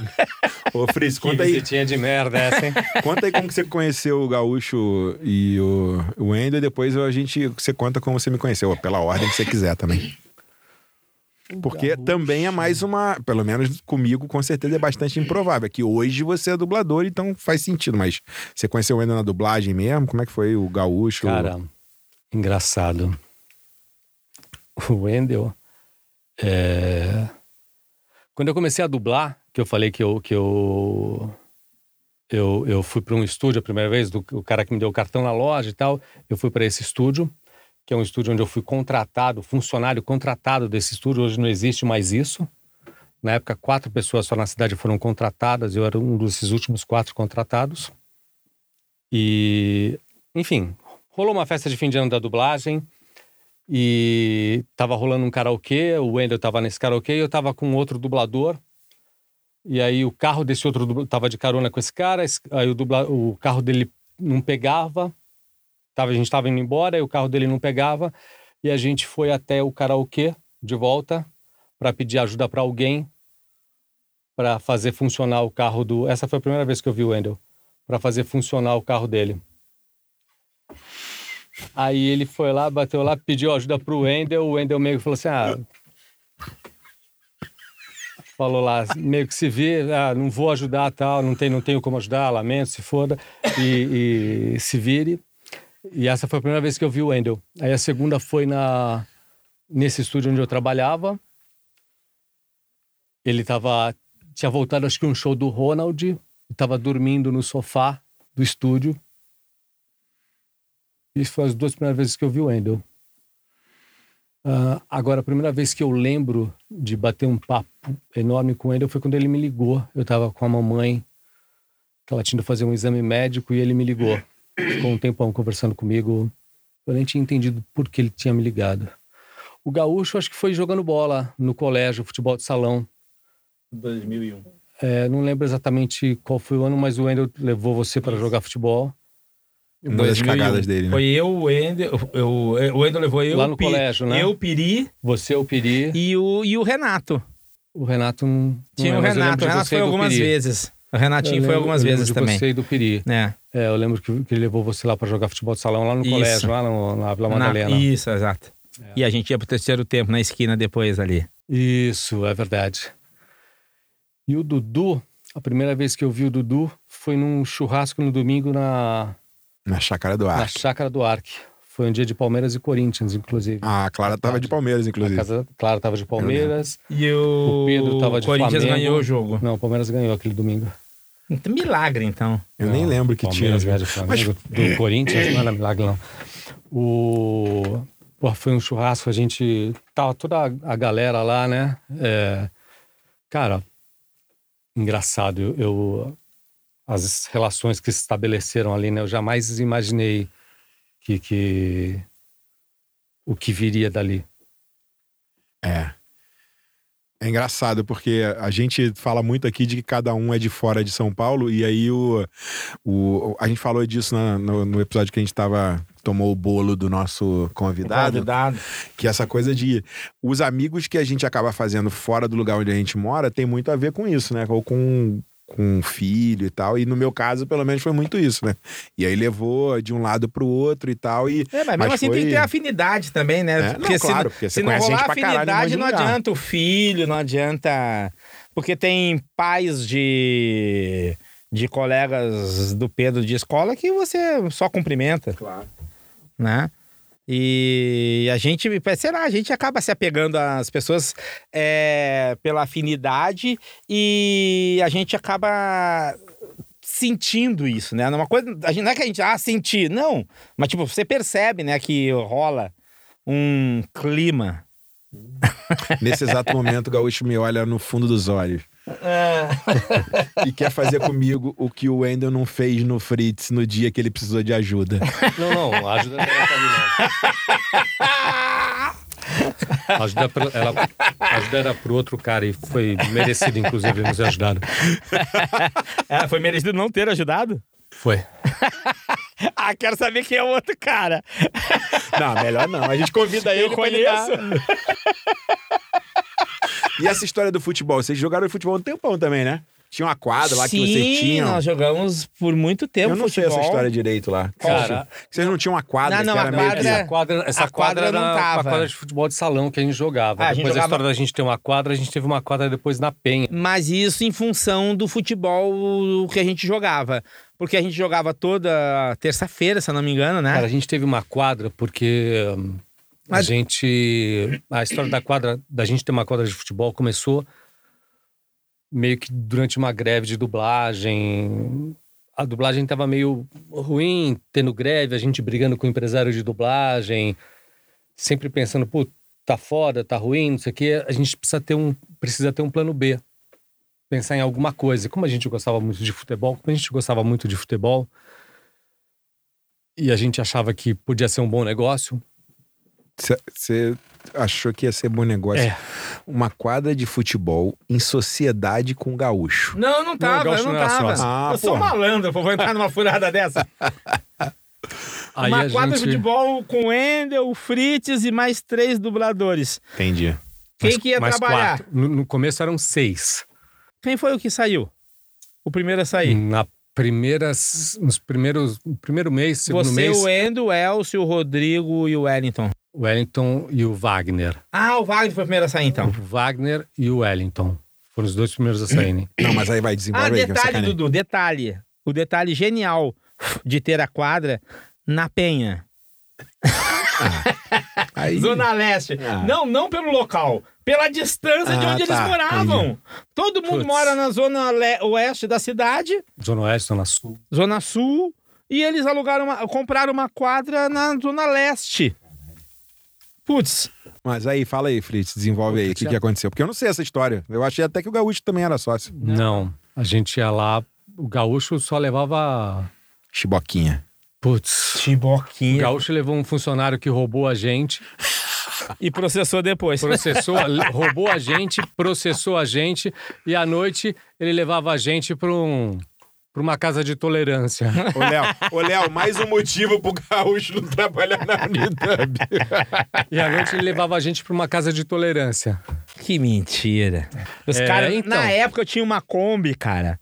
B: Ô, Fritz,
C: Que
B: conta aí.
C: visitinha de merda é essa, hein?
B: Conta aí como que você conheceu o Gaúcho e o o Wendel, e depois a gente, você conta como você me conheceu, ou pela ordem que você quiser também. Porque também é mais uma, pelo menos comigo, com certeza é bastante improvável. É que hoje você é dublador, então faz sentido, mas você conheceu o Wendel na dublagem mesmo? Como é que foi o Gaúcho?
C: Cara, engraçado. O Wendel. é, Quando eu comecei a dublar, que eu falei que eu. Que eu... Eu, eu fui para um estúdio a primeira vez, do, o cara que me deu o cartão na loja e tal. Eu fui para esse estúdio, que é um estúdio onde eu fui contratado, funcionário contratado desse estúdio. Hoje não existe mais isso. Na época, quatro pessoas só na cidade foram contratadas. Eu era um desses últimos quatro contratados. E, enfim, rolou uma festa de fim de ano da dublagem e tava rolando um karaokê, o Wendel tava nesse karaokê e eu tava com outro dublador. E aí o carro desse outro dubla- tava de carona com esse cara, esse- aí o, dubla- o carro dele não pegava. Tava, a gente tava indo embora e o carro dele não pegava e a gente foi até o karaokê de volta para pedir ajuda para alguém para fazer funcionar o carro do, essa foi a primeira vez que eu vi o Wendel, para fazer funcionar o carro dele. Aí ele foi lá, bateu lá, pediu ajuda pro Wendel. O Wendel meio que falou assim: ah. Falou lá, meio que se vê, ah, não vou ajudar, tal, não, tem, não tenho como ajudar, lamento, se foda, e, e se vire. E essa foi a primeira vez que eu vi o Wendel. Aí a segunda foi na, nesse estúdio onde eu trabalhava. Ele tava, tinha voltado, acho que um show do Ronald, tava dormindo no sofá do estúdio. Isso foi as duas primeiras vezes que eu vi o Wendel. Ah, agora, a primeira vez que eu lembro de bater um papo enorme com o Wendel foi quando ele me ligou. Eu estava com a mamãe, que ela tinha ido fazer um exame médico, e ele me ligou. Ficou um tempão conversando comigo. Eu nem tinha entendido por que ele tinha me ligado. O Gaúcho, acho que foi jogando bola no colégio, futebol de salão.
A: 2001.
C: É, não lembro exatamente qual foi o ano, mas o Wendel levou você para jogar futebol.
B: Uma das
E: 2001.
B: cagadas dele, né?
A: um. Foi eu, o Ender. Eu, o Ender levou eu.
C: Lá no
A: o Pi-
C: colégio, né?
A: Eu, o Piri
C: Você, é o Piri,
A: e o, e o Renato.
C: o Renato... não- não
A: Tinha
C: é,
A: o
C: mas eu
A: Renato.
C: lembro de
A: O Renato
C: você
A: foi
C: e do
A: algumas
C: Piri.
A: vezes. O
C: Eu
A: Renatinho foi
C: lembro-
A: algumas
C: eu lembro
A: vezes
C: de
A: também.
C: você e do Piri.
A: É,
C: É, eu lembro que, que ele levou você lá pra jogar futebol de salão lá no
A: Isso.
C: colégio, lá no- na Vila
A: na,
C: Madalena. É.
A: isso, exato. E a gente ia pro terceiro tempo na esquina depois ali.
C: Isso, é verdade. E o Dudu, a primeira vez que eu vi o Dudu foi num churrasco no domingo na,
B: Na chácara do
C: na
B: ar.
C: chácara do Arque. Foi um dia de Palmeiras e Corinthians, inclusive.
B: Ah, a Clara tava de Palmeiras,
C: a
B: inclusive.
C: casa, claro, tava de Palmeiras.
A: E o,
C: O Pedro tava de
A: Corinthians
C: Flamengo.
A: ganhou o jogo.
C: Não, o Palmeiras ganhou aquele domingo.
A: Milagre, então.
B: Eu nem lembro que tinha. né?
C: Palmeiras ganhou do Flamengo, do Corinthians, não era milagre, não. O... Pô, foi um churrasco, a gente. Tava toda a a galera lá, né? É, Cara, engraçado, eu, eu- As relações que se estabeleceram ali, né? Eu jamais imaginei que. que... O que viria dali.
B: É. É engraçado, porque a gente fala muito aqui de que cada um é de fora de São Paulo, e aí o. o a gente falou disso na- no, no episódio que a gente tava. Tomou o bolo do nosso convidado,
A: Dado.
B: que é essa coisa de os amigos que a gente acaba fazendo fora do lugar onde a gente mora tem muito a ver com isso, né? Ou com, com um filho e tal. E no meu caso, pelo menos, foi muito isso, né? E aí levou de um lado pro outro e tal. E
A: É, mas mesmo
B: Mas
A: assim tem
B: foi-
A: que ter afinidade também, né?
B: É, não, claro,
A: se,
B: porque você
A: se não
B: conhece
A: rolar
B: gente pra caralho em um monte
A: afinidade,
B: de
A: não
B: lugar.
A: adianta o filho, não adianta. Porque tem pais de, de colegas do Pedro de escola que você só cumprimenta. Claro. Né? E a gente, sei lá, a gente acaba se apegando às pessoas é, pela afinidade e a gente acaba sentindo isso, né? Uma coisa, a gente, não é que a gente, ah, sentir, não. Mas, tipo, você percebe, né, que rola um clima.
B: Nesse exato momento, o Gaúcho me olha no fundo dos olhos.
A: É.
B: e quer fazer comigo o que o Wendel não fez no Fritz no dia que ele precisou de ajuda.
C: Não, não, a ajuda não era pra mim, não. A ajuda, pra- ela, a ajuda era pro outro cara e foi merecido, inclusive, nos ajudaram.
A: É, foi merecido não ter ajudado?
C: Foi.
A: Ah, quero saber quem é o outro cara.
B: Não, melhor não. A gente convida ele.
A: Eu conheço.
B: E essa história do futebol? Vocês jogaram futebol um tempão também, né? Tinha uma quadra lá que vocês
A: Sim,
B: tinham.
A: nós jogamos por muito tempo
B: Eu não sei
A: futebol.
B: essa história direito lá.
C: Cara,
B: Vocês não tinham uma quadra
A: Não, não,
B: que
A: a
B: era meio
A: quadra-
B: que...
C: essa quadra, essa
A: a quadra
C: quadra
A: não
C: era
A: tava.
C: uma quadra de futebol de salão que a gente jogava.
A: Ah, a gente
C: depois a,
A: jogava-
C: história da gente ter uma quadra, a gente teve uma quadra depois na Penha.
A: Mas isso em função do futebol que a gente jogava. Porque a gente jogava toda terça-feira, se eu não me engano, né?
C: Cara, a gente teve uma quadra porque hum, a
A: Mas-
C: gente. A história da quadra, da gente ter uma quadra de futebol começou meio que durante uma greve de dublagem. A dublagem tava meio ruim, tendo greve, a gente brigando com o empresário de dublagem, sempre pensando, pô, tá foda, tá ruim, não sei o quê. A gente precisa ter um, precisa ter um plano B. Pensar em alguma coisa. Como a gente gostava muito de futebol, como a gente gostava muito de futebol, e a gente achava que podia ser um bom negócio.
B: Você achou que ia ser bom negócio.
C: É.
B: Uma quadra de futebol em sociedade com gaúcho.
A: Não, eu não tava,
C: Gaucho
A: eu não
C: não era
A: tava.
C: sócio.
B: Ah,
A: eu sou
B: porra.
A: malandro, pô, vou entrar numa furada dessa.
C: Aí
A: uma
C: a
A: quadra de
C: gente...
A: futebol com o Endel, o Fritz e mais três dubladores.
B: Entendi.
A: Quem que ia
C: mais
A: trabalhar?
C: quatro. No, no começo eram seis.
A: Quem foi o que saiu? O primeiro a sair.
C: Na primeiras, nos primeiros, no primeiro mês, segundo
A: Você,
C: mês,
A: o Endo, o Elcio, o Rodrigo e o Wellington.
C: o Wellington e o Wagner.
A: Ah, o Wagner foi o primeiro a sair, então.
C: O Wagner e o Wellington foram os dois primeiros a saírem.
B: Não, mas aí é vai
A: Ah,
B: desenvolver.
A: detalhe, Dudu, detalhe. O detalhe genial de ter a quadra na Penha.
B: Aí...
A: Zona Leste.
B: Ah.
A: Não, não pelo local. Pela distância de
B: Ah,
A: onde
B: tá,
A: eles moravam. Todo mundo
C: Putz.
A: mora na zona le- oeste da cidade.
C: Zona Oeste, Zona Sul.
A: Zona Sul, e eles alugaram uma, compraram uma quadra na Zona Leste. Putz,
B: Mas aí, fala aí, Fritz, desenvolve aí o que,
C: tinha-
B: que aconteceu. Porque eu não sei essa história. Eu achei até que o Gaúcho também era sócio.
C: Não, a gente ia lá, o Gaúcho só levava...
B: Chiboquinha.
C: Putz... O
A: Tiboquinha.
C: Gaúcho levou um funcionário que roubou a gente,
A: E processou depois.
C: processou, roubou a gente, processou a gente, e à noite ele levava a gente para um para uma casa de tolerância.
B: Ô, Léo, ô, Léo, mais um motivo pro gaúcho não trabalhar na Unidub.
C: E à noite ele levava a gente para uma casa de tolerância.
A: Que mentira. Os
C: É,
A: caras.
C: então.
A: Na época eu tinha uma Kombi, cara.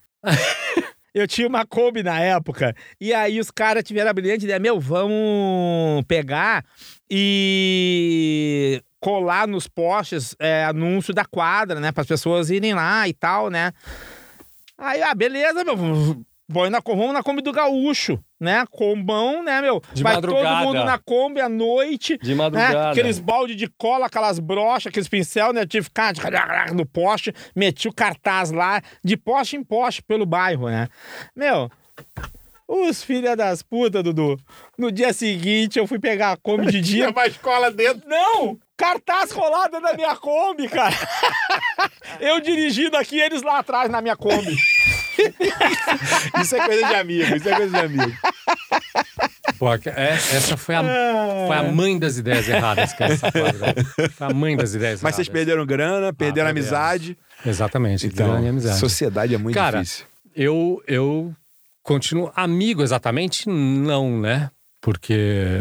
A: eu tinha uma Kombi na época. E aí os caras tiveram a brilhante ideia: meu, vamos pegar e colar nos postes é, anúncio da quadra, né? Para as pessoas irem lá e tal, né? Aí, ah, beleza, meu. Põe na, vamos na Kombi do Gaúcho, né? Combão, né, meu?
C: De
A: Vai
C: madrugada.
A: todo mundo na Kombi à noite
C: De
A: né?
C: madrugada.
A: Aqueles balde de cola, aquelas brochas, aqueles pincel, né? Eu tive que ficar no poste, meti o cartaz lá, de poste em poste pelo bairro, né? Meu, os filha das putas, Dudu. No dia seguinte eu fui pegar a Kombi
F: Tinha
A: de dia.
F: uma escola dentro.
A: Não! Cartaz rolado na minha Kombi, cara! Eu dirigindo aqui, eles lá atrás na minha Kombi.
B: Isso é coisa de amigo, isso é coisa de amigo.
C: Pô, é- essa foi a, foi a mãe das ideias erradas, cara. Essa quadra. Foi a mãe das ideias
B: Mas
C: erradas.
B: vocês perderam grana, Ah, perderam
C: perdemos.
B: amizade.
C: Exatamente.
B: Então,
C: grande amizade.
B: sociedade é muito
C: Cara,
B: difícil.
C: Eu, eu continuo amigo exatamente? Não, né? Porque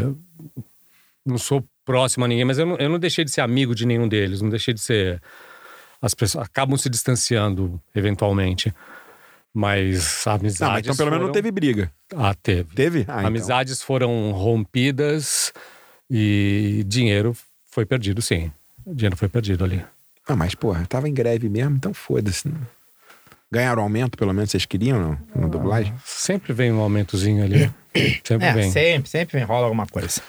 C: não sou próximo a ninguém, mas eu não, eu não deixei de ser amigo de nenhum deles, não deixei de ser. As pessoas acabam se distanciando eventualmente. Mas amizades.
B: Não, mas então pelo menos não
C: foram-
B: teve briga.
C: Ah, teve.
B: Teve? Ah, então.
C: amizades foram rompidas e dinheiro foi perdido, sim. Dinheiro foi perdido ali.
B: Ah, mas porra, tava em greve mesmo, então foda-se. né? Ganharam aumento, pelo menos vocês queriam não? na dublagem?
C: Sempre vem um aumentozinho ali. Sempre
A: É,
C: vem.
A: sempre, sempre rola alguma coisa.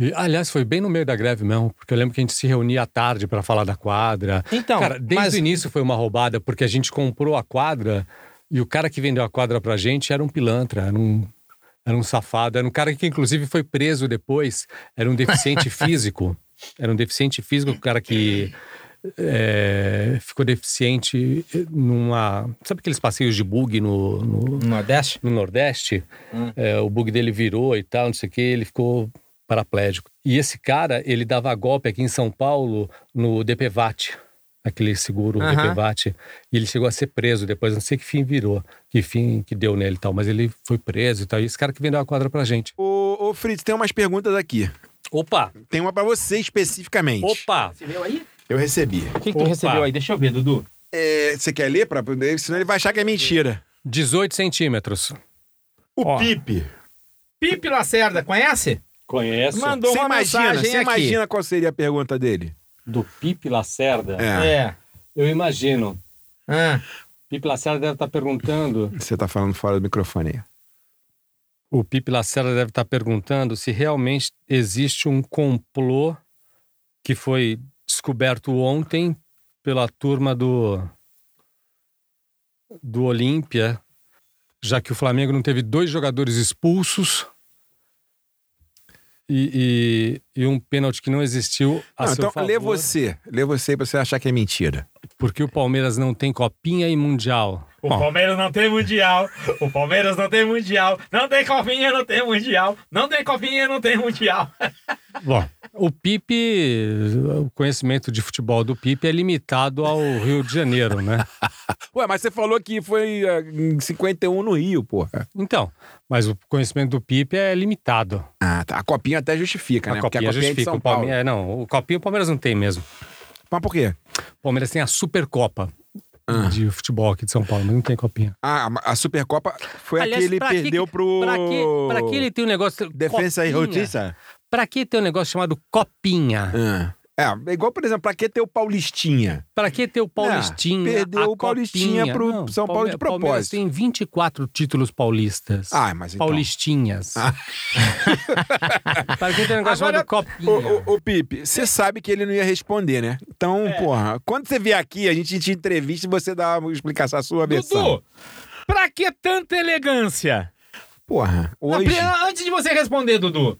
C: E, aliás, foi bem no meio da greve mesmo, porque eu lembro que a gente se reunia à tarde pra falar da quadra.
A: Então,
C: cara, desde
A: mas-
C: o início foi uma roubada, porque a gente comprou a quadra e o cara que vendeu a quadra pra gente era um pilantra, era um, era um safado, era um cara que inclusive foi preso depois, era um deficiente físico. Era um deficiente físico, o cara que é, ficou deficiente numa. Sabe aqueles passeios de bug no- no,
A: No Nordeste?
C: no Nordeste, é, o bug dele virou e tal, não sei o que, ele ficou paraplégico. E esse cara, ele dava golpe aqui em São Paulo no DPVAT, aquele seguro
A: Aham.
C: DPVAT, e ele chegou a ser preso depois, não sei que fim virou, que fim que deu nele e tal, mas ele foi preso e tal, e esse cara que vendeu a quadra pra gente.
B: Ô, ô Fritz, tem umas perguntas aqui.
C: Opa,
B: Tem uma pra você especificamente.
C: opa,
B: Eu recebi.
A: O que, que
C: Opa.
A: Deixa eu ver, Dudu.
B: É, você quer ler? Pra... poder- Senão ele vai achar que é mentira.
C: 18 centímetros.
B: O
A: Ó.
B: Pipe.
A: Pipe Lacerda, conhece?
F: Conhece?
A: Mandou
B: Você
A: uma
B: imagina,
A: mensagem
B: você
A: aqui.
B: imagina qual seria a pergunta dele?
C: Do Pipe Lacerda?
B: É.
A: É.
C: Eu imagino.
A: Ah.
C: Pipe Lacerda deve estar perguntando...
B: Você tá falando fora do microfone aí.
C: O Pipe Lacerda deve estar perguntando se realmente existe um complô que foi descoberto ontem pela turma do do Olímpia, já que o Flamengo não teve dois jogadores expulsos e, e- e um pênalti que não existiu a
B: Não,
C: seu
B: então, lê
C: favor,
B: você. Lê você pra você achar que é mentira.
C: porque o Palmeiras não tem copinha e mundial.
G: O
B: Bom.
G: Palmeiras não tem mundial. O Palmeiras não tem mundial. Não tem copinha, não tem mundial. Não tem copinha, não tem mundial.
C: Bom, o Pipe, o conhecimento de futebol do Pipe é limitado ao Rio de Janeiro, né?
B: Ué, mas você falou que foi ah, em 51 no Rio, porra.
C: Então, mas o conhecimento do Pipe é limitado.
B: Ah, tá. A copinha até justifica, né?
C: a
B: Porque
C: copinha
B: a copinha é de
C: justifica.
B: São
C: O
B: Paulo.
C: Palmeiras, é, não, o copinha o Palmeiras não tem mesmo.
B: Mas por quê?
C: O Palmeiras tem a Supercopa
B: Ah.
C: de futebol aqui de São Paulo, mas não tem copinha.
B: Ah, a Supercopa foi a que ele
C: pra
B: perdeu pro.
C: Pra que, pra que ele tem um negócio...
B: Defensa e
C: copinha?
B: Justiça?
C: Pra que tem um negócio chamado copinha?
B: Ah. É, igual, por exemplo, pra que ter o Paulistinha?
C: Pra que ter o Paulistinha?
B: perdeu
C: a
B: o Paulistinha
C: copinha?
B: pro São Paulo de
C: Palme- Palmeiras
B: propósito.
C: tem 24 títulos paulistas.
B: Ah, mas então.
C: Paulistinhas. Pra que tem um negócio
B: Agora,
C: chamado copinha?
G: é.
B: Ô, ô, ô, Pipe, você sabe que ele não ia responder, né? Então, porra, quando você vier aqui, a gente te entrevista e você dá uma explicação a sua versão.
G: Dudu, pra que tanta elegância?
B: Porra,
G: Não,
B: hoje.
G: pri- antes de você responder, Dudu.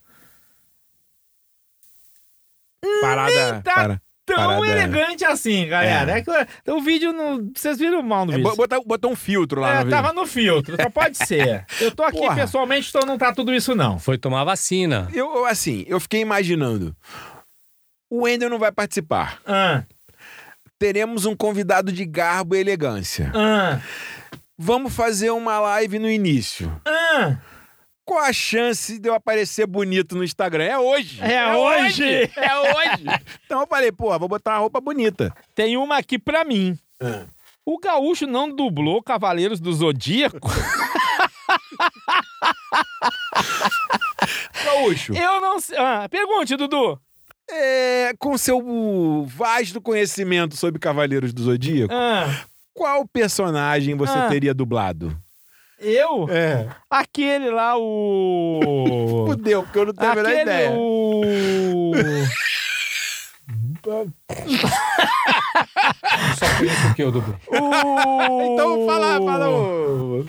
B: parada.
G: tá
B: para-
G: Tão
B: Parada-
G: elegante assim, galera. É. que eu- o vídeo não. Vocês viram mal no
B: É,
G: vídeo.
B: bo- botar- botou um filtro lá
G: É,
B: no
G: tava no filtro, só pode ser. Eu tô aqui
B: Porra.
G: pessoalmente, então não tá tudo isso, não.
C: Foi tomar vacina.
B: vídeo. Eu, eu, assim, eu fiquei imaginando. O Wendel não vai participar.
G: Ah,
B: Teremos um convidado de garbo e elegância.
G: ah.
B: Vamos fazer uma live no início. Qual a chance de eu aparecer bonito no Instagram? É hoje.
A: É, hoje.
B: É hoje. então eu falei, pô, vou botar uma roupa bonita.
A: Tem uma aqui pra mim.
B: Ah.
A: O gaúcho não dublou Cavaleiros do Zodíaco?
B: Gaúcho.
A: Eu não sei. Ah, pergunte, Dudu.
B: É, com seu vasto conhecimento sobre Cavaleiros do Zodíaco,
A: Ah,
B: qual personagem você
A: Ah.
B: teria dublado?
A: eu?
B: É.
A: Aquele lá, o.
B: Fudeu, porque eu não tenho a menor
A: Aquele,
B: ideia.
A: o.
H: Só conheço o que eu dublo.
A: o...
B: Então fala, fala o.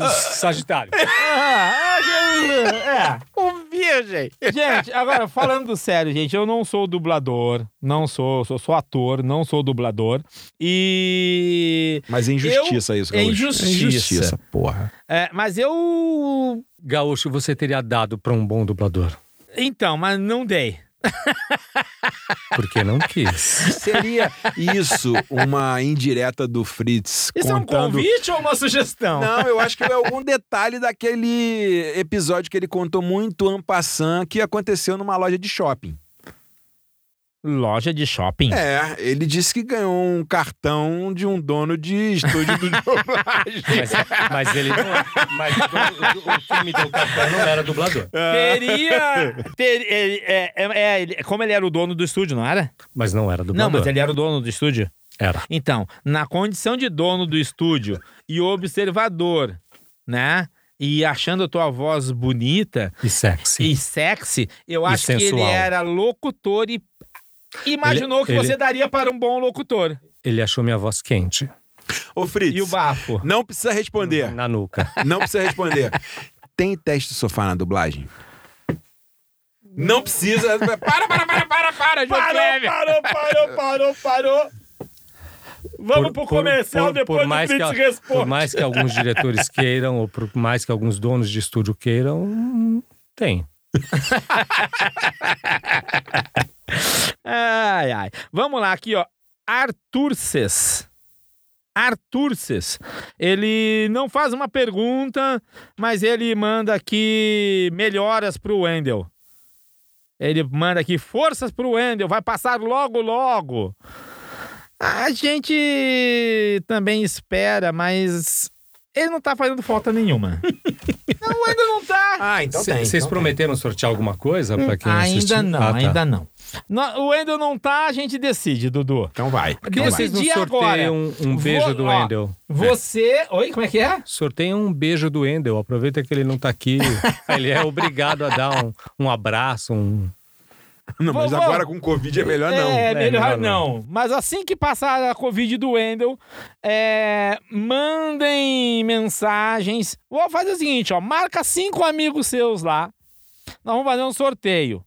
C: Ah,
H: Sagitário.
A: Ah, é.
B: O Um Virgem.
A: Gente, agora, falando sério, gente, eu não sou dublador, não sou, sou, sou ator, não sou dublador. E.
B: Mas é injustiça isso,
A: é
B: Gaúcho.
A: injustiça.
B: injustiça, porra.
A: é, mas eu.
C: Gaúcho, você teria dado pra um bom dublador.
A: Então, mas não dei.
C: Porque não quis.
B: Seria isso uma indireta do Fritz
A: Isso é um
B: contando.
A: convite ou uma sugestão?
B: não, eu acho que é algum detalhe daquele episódio que ele contou muito en passant que aconteceu numa loja de shopping.
A: Loja de shopping.
B: É, ele disse que ganhou um cartão de um dono de estúdio de dublagem.
C: Mas, mas ele não. é. Mas o, o- o que me deu café não era dublador.
A: É. Teria. ter- ele- é, é- é, ele- como ele era o dono do estúdio, não era?
C: Mas não era
A: Não,
C: dublador.
A: mas ele era o dono do estúdio.
C: Era.
A: Então, na condição de dono do estúdio e observador, né? E achando a tua voz bonita
C: E sexy.
A: e sexy, eu acho que ele
C: sensual.
A: era locutor e imaginou
C: Ele-
A: que
C: ele-
A: você daria para um bom locutor.
C: Ele achou minha voz quente.
B: Ô, Fritz,
A: E o bafo.
B: não precisa responder.
C: Na nuca.
B: Não precisa responder. Tem teste sofá na dublagem? Não precisa. Para, para, para, para, para, João Kleber.
A: parou, parou, parou, parou. Vamos pro comercial
C: por-
A: depois
C: por mais
A: do
C: que,
A: Fritz
C: a-
A: responde.
C: Por mais que alguns diretores queiram, ou por mais que alguns donos de estúdio queiram, hum, tem.
A: Ai, ai. Vamos lá, aqui, ó. Arturces. Arturces. Ele não faz uma pergunta, mas ele manda aqui melhoras pro Wendel. Ele manda aqui forças pro Wendel, vai passar logo, logo. A gente também espera, mas ele não tá fazendo falta nenhuma. não, o Wendel não tá.
B: Ah, então tem.
C: Vocês prometeram sortear alguma coisa para quem
A: Ainda
C: assistiu?
A: não,
C: Ah, tá.
A: ainda não. No- O Wendel não tá, a gente decide, Dudu.
B: Então vai.
C: Por que vocês não
A: Decidi agora.
C: sorteiam um, um beijo
A: Vou-
C: do
A: ó,
C: Wendel?
A: Você. Oi, como é que é?
C: Sorteia um beijo do Wendel. Aproveita que ele não tá aqui. ele é obrigado a dar um, um abraço, um...
B: Não, mas
A: Vovô.
B: agora com Covid é melhor não.
A: é,
C: É,
A: melhor
C: melhor
A: não. Mas assim que passar a Covid do Wendel, é, mandem mensagens. Vou fazer o seguinte, ó. Marca cinco amigos seus lá. Nós vamos fazer um sorteio.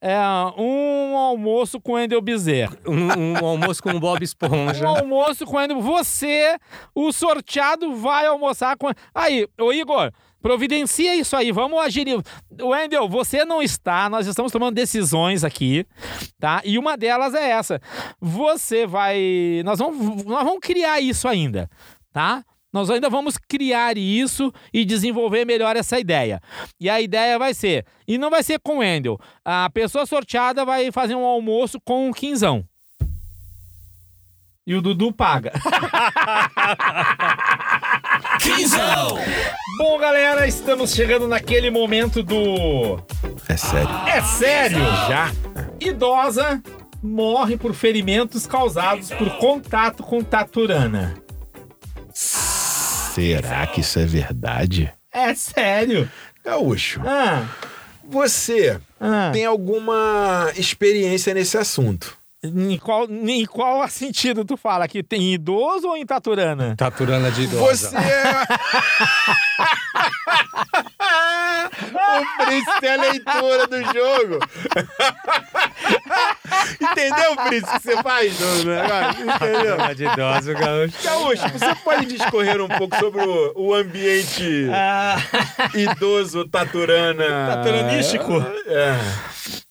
A: É, um almoço com o Wendel Bezerra.
C: um- um almoço com o Bob
A: Um
C: Esponja.
A: almoço com o Wendel. Você, o sorteado, vai almoçar com. Aí, ô Igor, providencia isso aí. Vamos agir. Wendel, você não está. Nós estamos tomando decisões aqui, tá? E uma delas é essa. Você vai. Nós vamos, nós vamos criar isso ainda, tá? Nós ainda vamos criar isso e desenvolver melhor essa ideia. E a ideia vai ser, e não vai ser com o Wendel, a pessoa sorteada vai fazer um almoço com o Quinzão. E o Dudu paga. Bom, galera, estamos chegando naquele momento do.
B: É sério.
A: É sério? Já. Idosa morre por ferimentos causados por contato com taturana.
B: Será que isso é verdade?
A: É sério?
B: Gaúcho,
A: Ah,
B: você
A: ah.
B: tem alguma experiência nesse assunto?
A: Em qual, em qual sentido tu fala? Que tem em idoso ou em taturana?
C: Taturana de idosa.
B: Você é. o Fritz tem Um a leitura do jogo. Entendeu, Fritz, o que você faz? Não, não, agora? Entendeu?
C: Taturana de idosa, gaúcho.
B: Gaúcho, você pode discorrer um pouco sobre o, o ambiente
A: Ah,
B: idoso taturana.
A: Taturanístico?
B: É.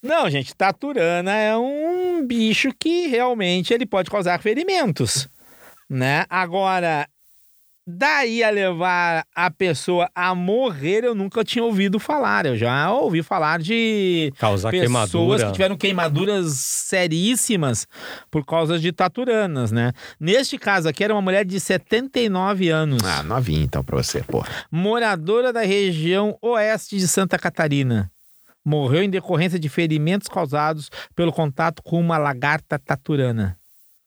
A: não, gente, taturana é um bicho que realmente ele pode causar ferimentos, né? Agora, Daí a levar a pessoa a morrer, eu nunca tinha ouvido falar. Eu já ouvi falar de
C: Causar
A: pessoas
C: queimadura.
A: que tiveram queimaduras seríssimas por causa de taturanas, né? Neste caso aqui era uma mulher de 79 anos,
B: Ah, novinho então pra você, porra.
A: moradora da região oeste de Santa Catarina. Morreu em decorrência de ferimentos causados pelo contato com uma lagarta taturana.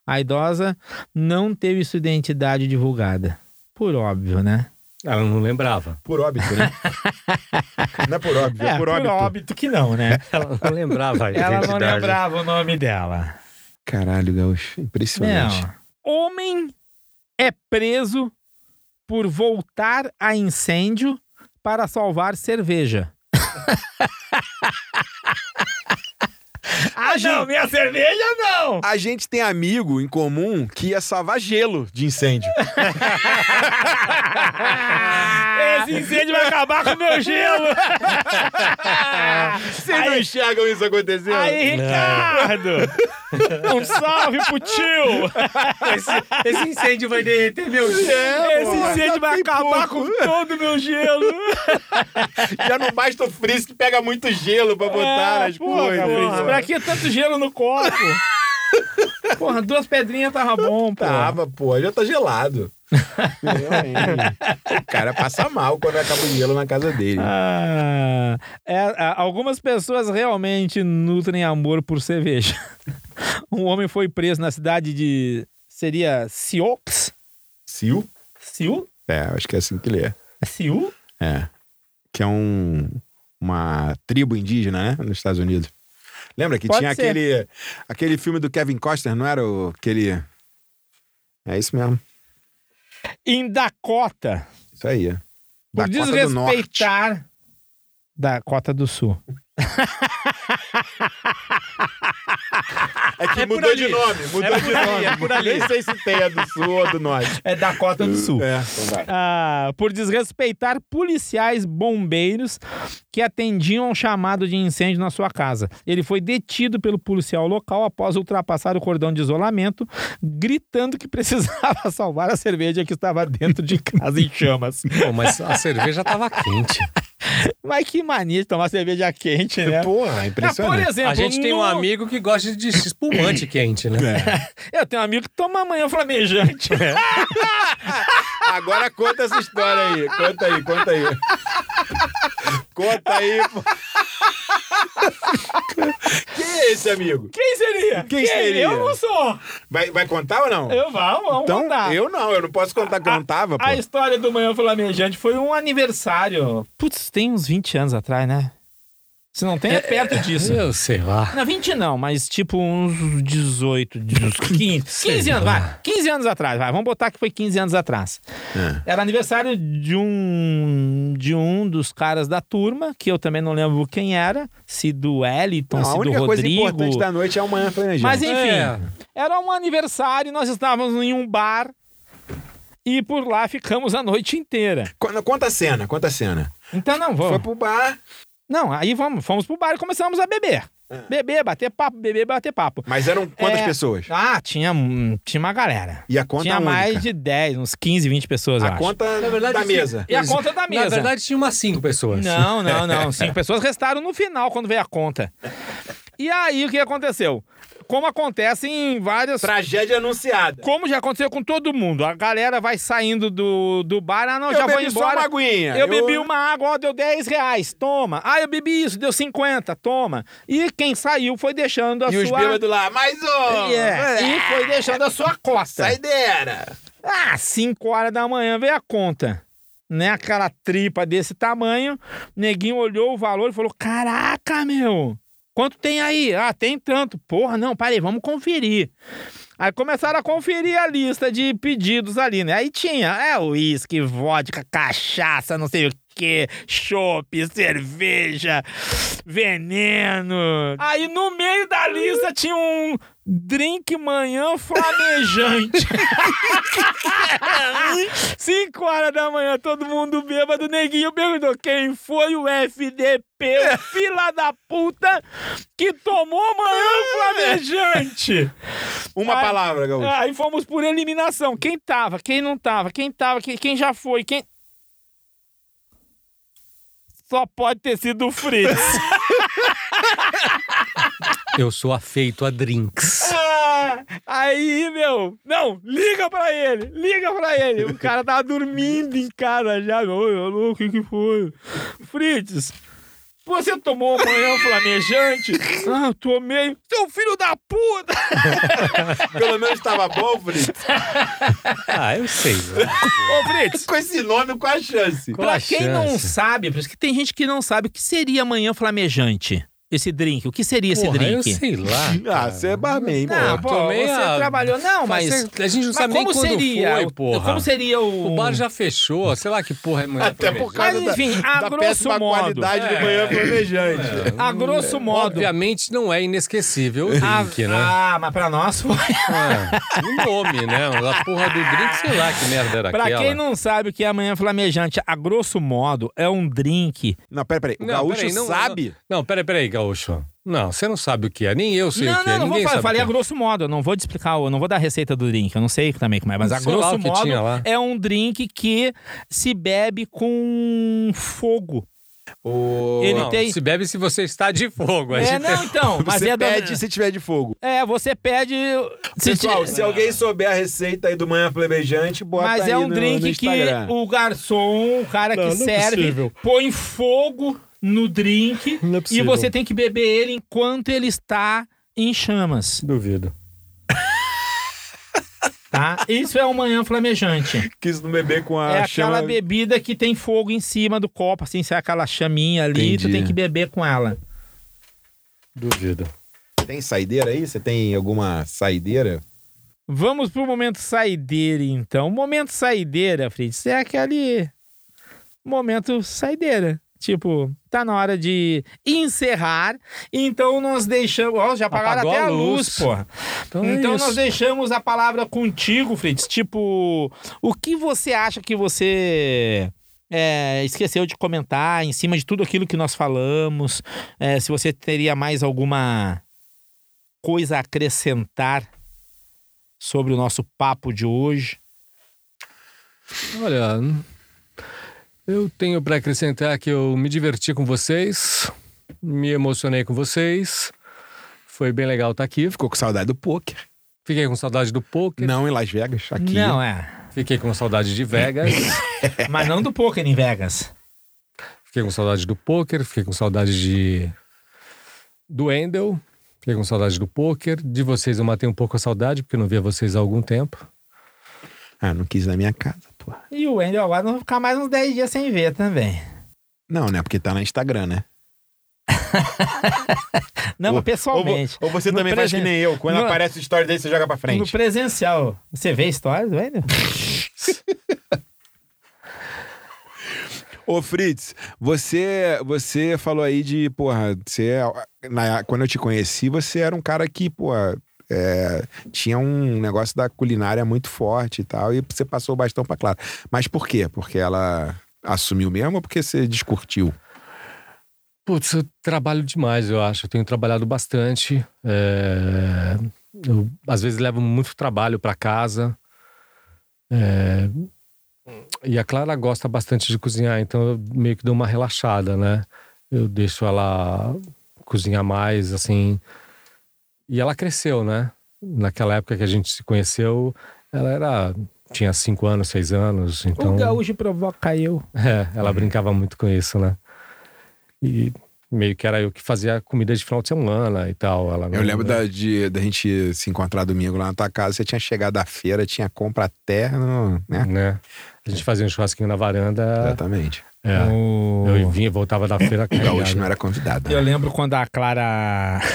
A: A idosa não teve sua identidade divulgada. Por óbvio, né?
C: Ela Ah, não lembrava.
B: Por óbito, né? Não é por óbito, é, por óbito.
A: que não, né?
C: Ela não lembrava.
A: Ela não
C: identidade.
A: lembrava o nome dela.
B: Caralho, Gaúcho, impressionante.
A: Não. Homem é preso por voltar a incêndio para salvar cerveja. ah, não, minha cerveja não!
B: A gente tem amigo em comum que ia salvar gelo de incêndio.
I: Esse incêndio vai acabar com o meu gelo!
B: Vocês não enxergam isso acontecendo?
I: Aí, Ricardo! Um salve pro tio!
C: Esse incêndio vai derreter meu
B: É,
I: Esse incêndio vai acabar com todo o meu gelo!
B: Já não basta o Frizz que pega muito gelo
I: É,
B: pra botar as coisas.
A: É, Porra, pra que tanto gelo no copo? Porra, duas pedrinhas tava bom, pô.
B: Tava, pô, já tá gelado. o cara passa mal quando acaba o gelo na casa dele.
A: Ah, é, a- algumas pessoas realmente nutrem amor por cerveja. Um homem foi preso na cidade de. Seria Sioux?
B: Sil?
A: Sioux?
B: É, acho que é assim que ele é.
A: É Sioux?
B: É. Que é um, uma tribo indígena, né? Nos Estados Unidos. Lembra que
A: Pode
B: tinha
A: ser.
B: aquele, aquele filme do Kevin Costner, não era o, aquele... É isso mesmo.
A: Em Dakota.
B: Isso aí. é.
A: Por
B: Dakota do Norte.
A: desrespeitar. Dakota do Sul.
B: É que mudou de nome, mudou de nome. Nem sei se tem a do sul ou do norte.
A: É Dakota do Sul.
B: É, então vai.
A: Ah, por desrespeitar policiais bombeiros que atendiam ao chamado de incêndio na sua casa. Ele foi detido pelo policial local após ultrapassar o cordão de isolamento, gritando que precisava salvar a cerveja que estava dentro de casa em chamas.
C: Pô, mas a cerveja tava quente.
A: Mas que mania de tomar cerveja quente, né?
B: É. Porra,
A: Ah, por
B: impressionante.
A: exemplo,
C: A gente tem
A: no-
C: um amigo que gosta de espumante quente, né?
A: Eu tenho um amigo que toma amanhã flamejante.
C: É.
B: Agora conta essa história aí. Conta aí, conta aí. Conta aí. pô. Quem é esse amigo?
A: Quem seria?
B: Quem seria?
A: Eu não sou.
B: Vai, vai contar ou não?
A: Eu vamos, vamos
B: então,
A: contar.
B: eu não, eu não posso contar que eu não tava, pô. É.
A: A história do Manhã Flamejante foi um aniversário. Putz, tem uns 20 anos atrás, né? Se não tem, é perto disso.
C: Eu sei lá.
A: Não, 20 não, mas tipo uns 18, uns 15. 15 anos, vai. 15 anos atrás, vai. Vamos botar que foi 15 anos atrás. Era aniversário de um de um dos caras da turma, que eu também não lembro quem era, se do Wellington,
B: Não,
A: se Então, do
B: Então, a única
A: Rodrigo.
B: coisa importante da noite é amanhã planejando.
A: Mas enfim,
C: É.
A: era um aniversário, nós estávamos em um bar e por lá ficamos a noite inteira.
B: Con- Conta a cena, conta a cena.
A: Então não,
B: Foi
A: vamos.
B: pro bar,
A: Não, aí vamos, fomos pro bar e começamos a beber.
B: É.
A: Beber, bater papo, beber, bater papo.
B: mas eram quantas
A: É.
B: pessoas?
A: Ah, tinha, um- tinha uma galera.
B: E a conta
A: tinha
B: única.
A: mais de 10, uns 15, 20 pessoas, eu
B: A
A: acho.
B: conta
C: verdade, assim,
B: da
C: sim.
B: mesa.
A: E a conta da mesa.
C: Na verdade, tinha umas cinco pessoas.
A: Não, não, não. Cinco pessoas restaram no final, quando veio a conta. E aí, o que aconteceu? Como acontece em várias
B: Tragédia anunciada.
A: Como já aconteceu com todo mundo, a galera vai saindo do, do bar, ah, não,
B: eu
A: já vou
B: bebi só uma
A: embora.
B: aguinha.
A: Eu, bebi uma água, ó, deu 10 reais, toma. Ah, eu bebi isso, deu 50, toma. E quem saiu foi deixando a
B: E os
A: sua.
B: bêbados lá, mais um!
A: É, E foi deixando a sua costa.
B: Saideira!
A: Ah, 5 horas da manhã veio a conta. Né, aquela tripa desse tamanho. Neguinho olhou o valor e falou: Caraca, meu! Quanto tem aí? Ah, tem tanto. Porra, não, parei, vamos conferir. Aí começaram a conferir a lista de pedidos ali, né? Aí tinha, é, uísque, vodka, cachaça, não sei o
J: quê? Chope, cerveja, veneno.
A: Aí no meio da lista tinha um drink manhã flamejante. 5 horas da manhã, todo mundo bêbado. O neguinho perguntou quem foi o FDP, o fila da puta, que tomou manhã flamejante.
B: Uma
A: Ah,
B: palavra, Gaúcho.
A: Aí fomos por eliminação. Quem tava, quem não tava, quem tava, quem, quem já foi, quem. Só pode ter sido o Fritz.
C: Eu sou afeito a drinks.
A: Ah, aí, meu. Não, liga pra ele, liga pra ele. O cara tava dormindo em casa já. meu. Oi, alô, o que que foi? Fritz, você tomou manhã flamejante? Ah, tomei. Seu filho da puta!
B: Pelo menos tava bom, Fritz.
C: Ah, eu sei.
A: Ô, Fritz,
B: Com esse nome, qual a chance?
C: Qual
A: pra
C: a
A: quem não
C: chance?
A: sabe, por isso que tem gente que não sabe, o que seria manhã flamejante? Esse drink, o que seria esse
C: Porra,
A: drink?
C: Eu sei lá.
B: Ah, você é barman, pô.
J: Não, pô,
C: tomei
J: você
C: a-
J: trabalhou. Não,
C: Mas,
J: mas.
C: a gente não
J: mas
C: sabe nem
J: como
C: quando
J: seria?
C: foi,
J: o-
C: porra.
J: Como seria o.
C: O bar já fechou, sei lá que porra é manhã
B: Até por
C: flamejante.
A: Mas,
B: causa da-
A: enfim, a
B: da,
A: grosso
B: péssima
A: modo.
B: qualidade Hum, do manhã planejante.
A: A grosso modo.
C: Ah, Obviamente não é inesquecível o
J: Ah,
C: drink, né?
J: ah, mas pra nós foi.
C: É, o nome, né? A porra do drink, sei lá que merda era
A: Pra
C: Tá aquela.
A: quem não sabe o que é manhã flamejante, a grosso modo é um drink.
B: Não, peraí, peraí. O
C: Não,
B: Gaúcho
C: peraí, não-
B: sabe.
C: Não, peraí, peraí, Gaúcho. Não, você não sabe o que é. Nem eu sei
A: não,
C: o que
A: não,
C: é.
A: não vou falar.
C: Ninguém
A: Eu
C: sabe
A: falei
C: o
A: a
C: que é.
A: grosso modo. Eu não vou te explicar, eu não vou dar a receita do drink. Eu não sei também como é, mas a
C: Sei lá
A: grosso
C: o que
A: modo
C: tinha lá.
A: é um drink que se bebe com fogo.
B: O...
A: Ele
C: Não,
A: tem.
C: Se bebe se você está de fogo. aí
A: É, não, então. Mas
B: você
A: é da-
B: pede se tiver de fogo.
A: É, você pede. se
B: Pessoal,
A: ti-
B: se alguém souber a receita aí do manhã planejante, bota
A: Mas
B: aí
A: é um
B: no,
A: drink
B: no
A: que
B: Instagram.
A: o garçom, o cara que serve, põe fogo no drink e você tem que beber ele enquanto ele está em chamas. Duvido. Tá? Isso é um manhã flamejante.
B: Quis não beber com a
A: é
B: Ah, chama...
A: aquela bebida que tem fogo em cima do copo, assim, se é aquela chaminha ali, tu
B: Entendi.
A: tem que beber com ela.
C: Duvido.
B: Tem saideira aí? Você tem alguma saideira?
A: Vamos pro momento saideira, então. Momento saideira, Fritz, é aquele momento saideira. Tipo, tá na hora de encerrar, então nós deixamos. Ó, já apagaram
C: Apagou
A: até
C: a
A: a luz,
C: luz.
A: porra.
C: Então, é
A: então
C: isso.
A: nós deixamos a palavra contigo, Fritz. Tipo, o que você acha que você. é, esqueceu de comentar em cima de tudo aquilo que nós falamos. é, se você teria mais alguma coisa a acrescentar sobre o nosso papo de hoje.
C: Olha, eu tenho para acrescentar que eu me diverti com vocês, me emocionei com vocês, foi bem legal estar aqui.
B: Ficou com saudade do poker.
C: Fiquei com saudade do poker,
B: Não em Las Vegas, aqui.
A: Não, é.
C: fiquei com saudade de Vegas,
A: Mas não do poker em Vegas.
C: fiquei com saudade do poker, fiquei com saudade de do Endel, fiquei com saudade do poker, de vocês eu matei um pouco a saudade porque eu não via vocês há algum tempo.
B: Ah, não quis na minha casa, pô.
A: E o Wendel agora vai ficar mais uns 10 dias sem ver também.
B: Não, né? Porque tá no Instagram, né?
A: Não,
B: Ou-
A: mas pessoalmente.
B: Ou, vo- ou você
A: No
B: também faz que
A: presen-
B: nem eu. Quando
A: no-
B: aparece o story dele, você joga pra
A: No
B: frente.
A: presencial. Você vê histórias do Wendel?
B: Ô, Fritz, você, você falou aí de, porra, você, é, na- quando eu te conheci, você era um cara que, porra, é, tinha um negócio da culinária muito forte e tal, e você passou o bastão pra Clara. Mas por quê? Porque ela assumiu mesmo ou porque você descurtiu?
C: Putz, eu trabalho demais, eu acho. Eu tenho trabalhado bastante. É, eu, às vezes levo muito trabalho para casa. É, E a Clara gosta bastante de cozinhar, então eu meio que dou uma relaxada, né? Eu deixo ela cozinhar mais, assim. E ela cresceu, né? Naquela época que a gente se conheceu, ela era tinha cinco anos, seis anos, então.
A: O gaúcho provoca eu.
C: É, ela brincava muito com isso, né? E meio que era eu que fazia comida de final de semana e tal. Ela não-
B: Eu lembro da, de, da gente se encontrar domingo lá na tua casa, você tinha chegado da feira, tinha compra até, no, né?
C: Né? A gente fazia um churrasquinho na varanda.
B: Exatamente.
C: É.
A: O-
C: Eu vinha e voltava da feira
B: O gaúcho
C: carregado.
B: não era convidado.
A: Eu lembro quando a Clara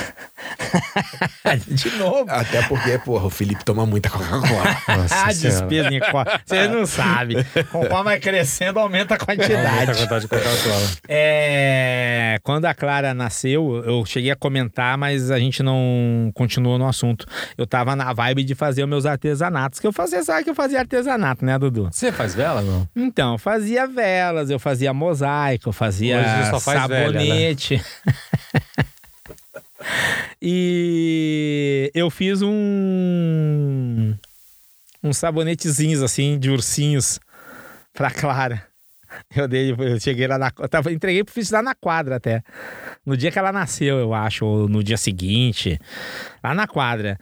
A: De novo.
B: Até porque, porra, o Felipe toma muita Coca-Cola.
A: Ah,
C: Nossa Senhora.
A: despesa em coca. Vocês não sabem. Conforme vai crescendo, aumenta a
C: Muita
A: quantidade.
C: quantidade de Coca-Cola.
A: É, quando a Clara nasceu, eu cheguei a comentar, mas a gente não continuou no assunto. Eu tava na vibe de fazer os meus artesanatos, que eu fazia, sabe que eu fazia artesanato, né, Dudu?
C: Você faz vela, não?
A: Então, eu fazia velas, eu fazia mosaico, eu fazia
C: Hoje só faz velha, né?
A: sabonete. e eu fiz um uns sabonetezinhos assim de ursinhos pra Clara. Eu dei, eu cheguei lá na, eu tava, entreguei pro filho lá na quadra até. No dia que ela nasceu, eu acho, ou no dia seguinte, lá na quadra.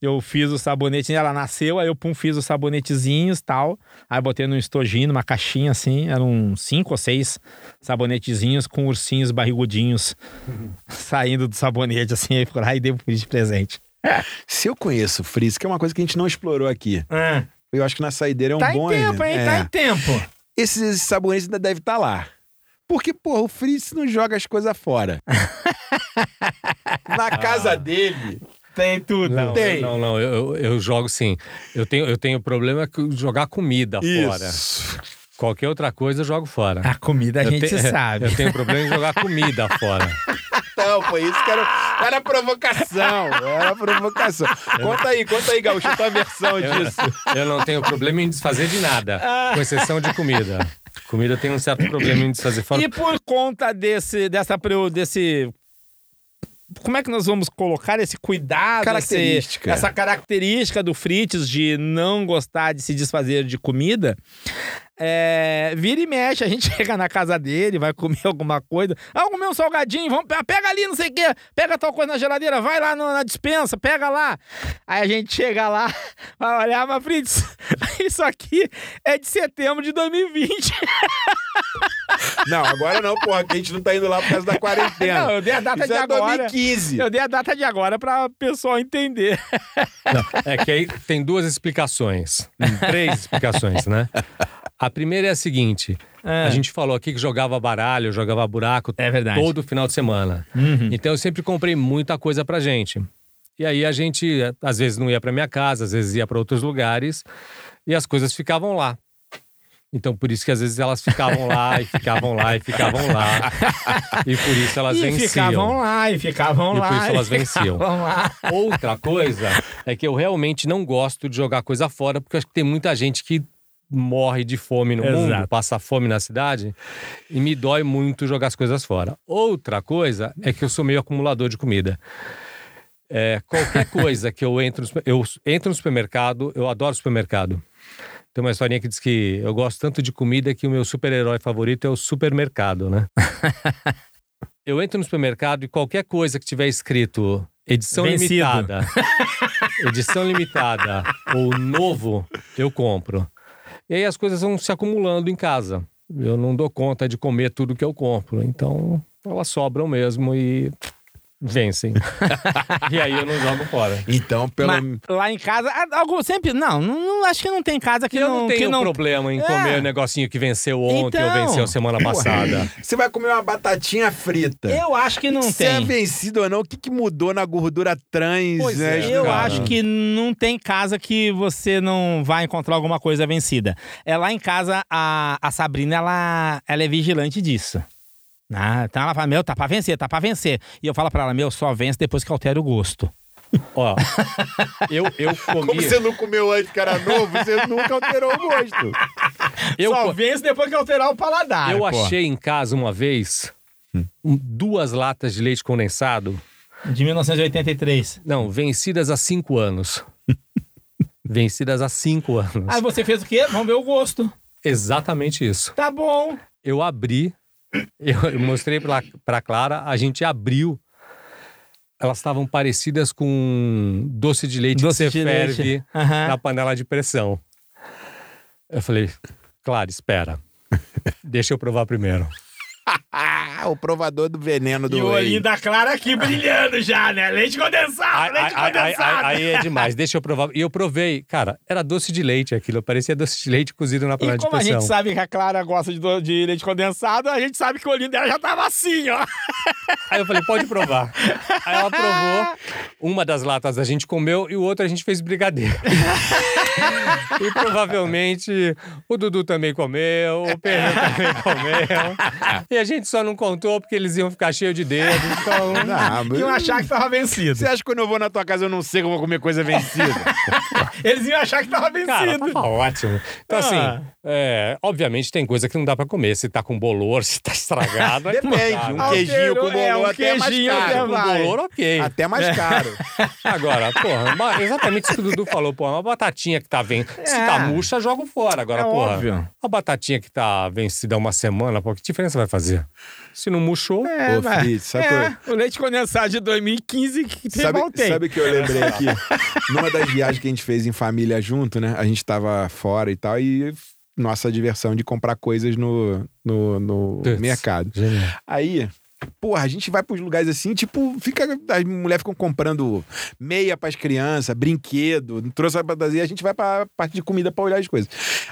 A: Eu fiz o sabonete, ela nasceu, aí eu pum, fiz os sabonetezinhos, tal. Aí botei num estojinho, numa caixinha assim, eram cinco ou seis sabonetezinhos com ursinhos barrigudinhos saindo do sabonete assim, aí por aí dei pro filho de presente.
B: Se eu conheço o Freeze, que é uma coisa que a gente não explorou aqui. Eu acho que na saideira é um
A: É. tá
B: bom.
A: em tempo, hein?
B: é.
A: Tá em tempo.
B: Esses, esses sabonetes ainda devem estar lá. Porque, porra, o Freeze não joga as coisas fora. na casa dele.
A: Tem tudo.
C: Não,
B: Tem.
C: não, não, eu, eu- eu jogo sim. Eu tenho, eu tenho problema com jogar comida fora.
B: Isso.
C: Qualquer outra coisa eu jogo fora.
A: A comida a
C: Eu
A: gente
C: te-
A: sabe.
C: Eu tenho problema em jogar comida fora.
B: Então, foi isso que era, era provocação. Era provocação. Conta aí, conta aí, Gaúcho, a tua versão disso.
C: Eu não tenho problema em desfazer de nada, com exceção de comida. Comida eu tenho um certo problema em desfazer fora.
A: E por conta desse, dessa, preo- desse... Como é que nós vamos colocar esse cuidado,
B: Característica.
A: esse- essa característica do Fritz de não gostar de se desfazer de comida? é, vira e mexe, a gente chega na casa dele, vai comer alguma coisa. Ah, vamos comer um salgadinho, vamos, pe- pega ali, não sei o quê, pega tal coisa na geladeira, vai lá no- na dispensa, pega lá. Aí a gente chega lá, vai olhar, mas Fritz, isso aqui é de setembro de 2020.
B: Não, agora não, porra, que a gente não tá indo lá por causa da quarentena.
A: Não, eu dei a data
B: Isso
A: de
B: é
A: agora.
B: 2015.
A: Eu dei a data de agora pra pessoal entender.
C: É que aí tem duas explicações. Hum, Três explicações, né? A primeira é a seguinte: a gente falou aqui que jogava baralho, jogava buraco
A: Ah. É verdade.
C: todo final de semana.
A: Hum.
C: Então eu sempre comprei muita coisa pra gente. E aí a gente, eh, às vezes, não ia pra minha casa, às vezes ia pra outros lugares e as coisas ficavam lá. Então, por isso que às vezes elas ficavam lá e ficavam lá e ficavam lá. E por isso elas
A: e
C: venciam.
A: ficavam lá, e ficavam
C: E
A: lá.
C: por isso elas
A: e
C: venciam.
A: Ficavam lá.
C: Outra coisa é que eu realmente não gosto de jogar coisa fora, porque eu acho que tem muita gente que morre de fome no mundo,
A: Exato.
C: passa fome na cidade, e me dói muito jogar as coisas fora. Outra coisa é que eu sou meio acumulador de comida. É, qualquer coisa que eu entro, no super- eu entro no supermercado, eu adoro supermercado. Tem uma historinha que diz que eu gosto tanto de comida que o meu super-herói favorito é o supermercado, né? eu entro no supermercado e qualquer coisa que tiver escrito edição
A: Vencido.
C: limitada, edição limitada ou novo, eu compro. E aí as coisas vão se acumulando em casa. Eu não dou conta de comer tudo que eu compro, então elas sobram mesmo e vencem. e aí eu não jogo fora.
B: Então, pelo.
A: Mas lá em casa, ah, algo sempre. Não, não, não, acho que não tem casa que
C: Eu
A: não.
C: não
A: que
C: tenho
A: não...
C: problema em
A: É.
C: comer o negocinho que venceu ontem ou
A: Então.
C: venceu semana passada.
B: Você vai comer uma batatinha frita.
A: Eu acho que não
B: Se é
A: tem.
B: vencido ou não, o que, que mudou na gordura trans?
C: Pois
B: né,
C: é,
B: Juca?
A: Eu
C: cara.
A: acho que não tem casa que você não vai encontrar alguma coisa vencida. É lá em casa, a, a Sabrina, ela, ela é vigilante disso. Ah, então ela fala, meu, tá pra vencer, tá pra vencer. E eu falo pra ela, meu, só vence depois que altera o gosto.
C: Ó, eu, eu comi.
B: Como você não comeu antes que era novo, você nunca alterou o gosto.
C: eu, co-
A: vence depois que alterar o paladar.
C: eu achei em casa uma vez
A: Hum.
C: um- duas latas de leite condensado,
A: De 1983.
C: não, vencidas há cinco anos. vencidas há cinco anos.
A: Aí Ah, você fez o quê? Vamos ver o gosto.
C: Exatamente isso.
A: Tá bom.
C: eu abri, eu, eu mostrei pra, pra Clara, a gente abriu. Elas estavam parecidas com doce de Tá leite
A: Doce
C: que você
A: de
C: ferve
A: leite. Aham.
C: na panela de pressão. Eu falei, Clara, espera. Deixa eu provar primeiro.
B: Ah, o provador do veneno do
K: E o
B: whey.
K: olhinho da Clara aqui brilhando já, né? Leite
A: Ah,
C: Ai,
A: é
K: condensado,
C: ai,
K: leite
C: ai, ai, ai,
K: condensado.
C: Aí é demais, deixa eu provar. E eu provei, cara, era doce de leite aquilo, parecia doce de leite cozido na panela
A: E
C: de
A: como a gente
C: pressão.
A: sabe que a Clara gosta de, do- de leite condensado, a gente sabe que o olhinho dela já tava assim, ó.
C: Aí eu falei, pode provar. Aí ela provou, uma das latas a gente comeu e o outro a gente fez brigadeiro. e provavelmente o Dudu também comeu, o Pedro também comeu. E a gente só não contou porque eles iam ficar cheios de dedo. Então,
B: Ah, mas-
A: Iam achar que tava vencido.
B: Você acha que quando eu vou na tua casa eu não sei como eu vou comer coisa vencida?
A: Eles iam achar que tava
C: Cara, tá
A: vencido.
C: tava ótimo. Então, assim,
A: Ah.
C: é, obviamente tem coisa que não dá pra comer. Se tá com bolor, se tá estragado. aí não
B: Depende, um
C: dá,
B: É.
C: né?
B: queijinho com bolor
A: é, um
B: até mais
A: queijinho
B: caro.
C: tá Com bolor, ok.
B: Até mais caro.
C: Agora, porra, uma- exatamente isso que o Dudu falou, porra. Uma batatinha que tá vencida. Se
A: É.
C: tá murcha, jogo fora. Agora,
A: É
C: porra.
A: óbvio.
C: Uma batatinha que tá vencida há uma semana, pô, que diferença vai fazer? Se não murchou.
B: Ô,
A: vai.
B: Fritz, sabe
A: É,
B: que
A: o leite condensado de 2015 que tem
B: Sabe,
A: voltei.
B: sabe o que eu lembrei aqui? Numa das viagens que a gente fez em família junto, né? A gente tava fora e tal, e nossa diversão de comprar coisas no, no, no
C: Putz.
B: mercado.
C: Genial.
B: Aí, porra, a gente vai pros lugares assim, tipo, fica. As mulheres ficam comprando meia pras crianças, brinquedo, trouxe a fantasia, a gente vai pra parte de comida pra olhar as coisas.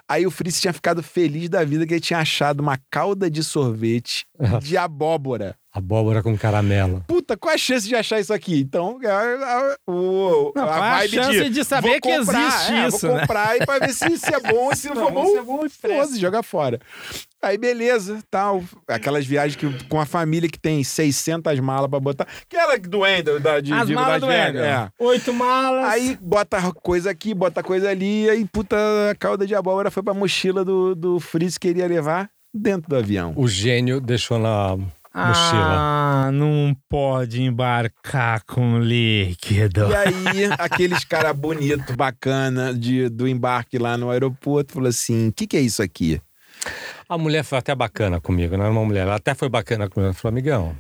B: Aí o Fritz tinha ficado feliz da vida que ele tinha achado uma calda de sorvete de abóbora.
C: Abóbora com caramelo.
B: Puta, qual é a chance de achar isso aqui? Então, é, a, a- o,
A: Não,
B: a
A: qual é a
B: vibe
A: chance
B: de,
A: de saber
B: vou
A: que
B: comprar,
A: existe
B: é,
A: isso,
B: Vou
A: né?
B: comprar e pra ver se, se é bom, se não for bom,
C: se é bom,
B: foda-se, joga fora. Aí, beleza, tal. Aquelas viagens que, com a família que tem 600 malas pra botar. Aquela do Wendel, da, de,
A: As
B: de
A: malas
B: Las
A: do
B: Vegas,
A: Ender.
B: é.
A: Oito malas.
B: Aí bota coisa aqui, bota coisa ali, aí puta, a calda de abóbora foi pra mochila do, do Fritz que ele ia levar dentro do avião.
C: O gênio deixou na mochila.
A: Ah, não pode embarcar com líquido.
B: E aí, aqueles cara bonito, bacana, de, do embarque lá no aeroporto, falou assim: o que, que é isso aqui?
C: A mulher foi até bacana comigo, não era uma mulher. Ela até foi bacana comigo. Ela falou, amigão,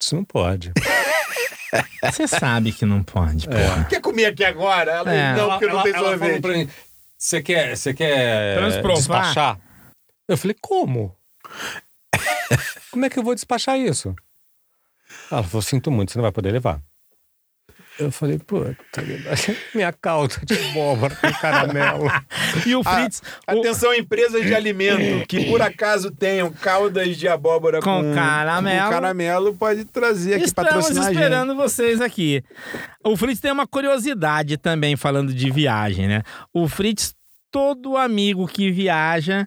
C: isso não pode.
B: Então,
A: Você sabe que não
B: É.
A: pode, pô.
B: Quer comer aqui agora? Ela,
A: É.
B: não, porque não tem
C: ela falou
B: sorvete.
C: pra mim, você quer, você quer
A: Transprovar?
C: despachar? Eu falei, como? como é que eu vou despachar isso? Ela falou, sinto muito, você não vai poder levar. Eu falei, puta, minha calda de abóbora com caramelo.
A: E o Fritz o-
B: Ah, Atenção, empresas de alimento que por acaso tenham caldas de abóbora
A: Com
B: com,
A: caramelo.
B: com caramelo, pode trazer aqui
A: Estamos
B: patrocinar a gente.
A: esperando vocês aqui. O Fritz tem uma curiosidade também, falando de viagem, né? O Fritz, todo amigo que viaja,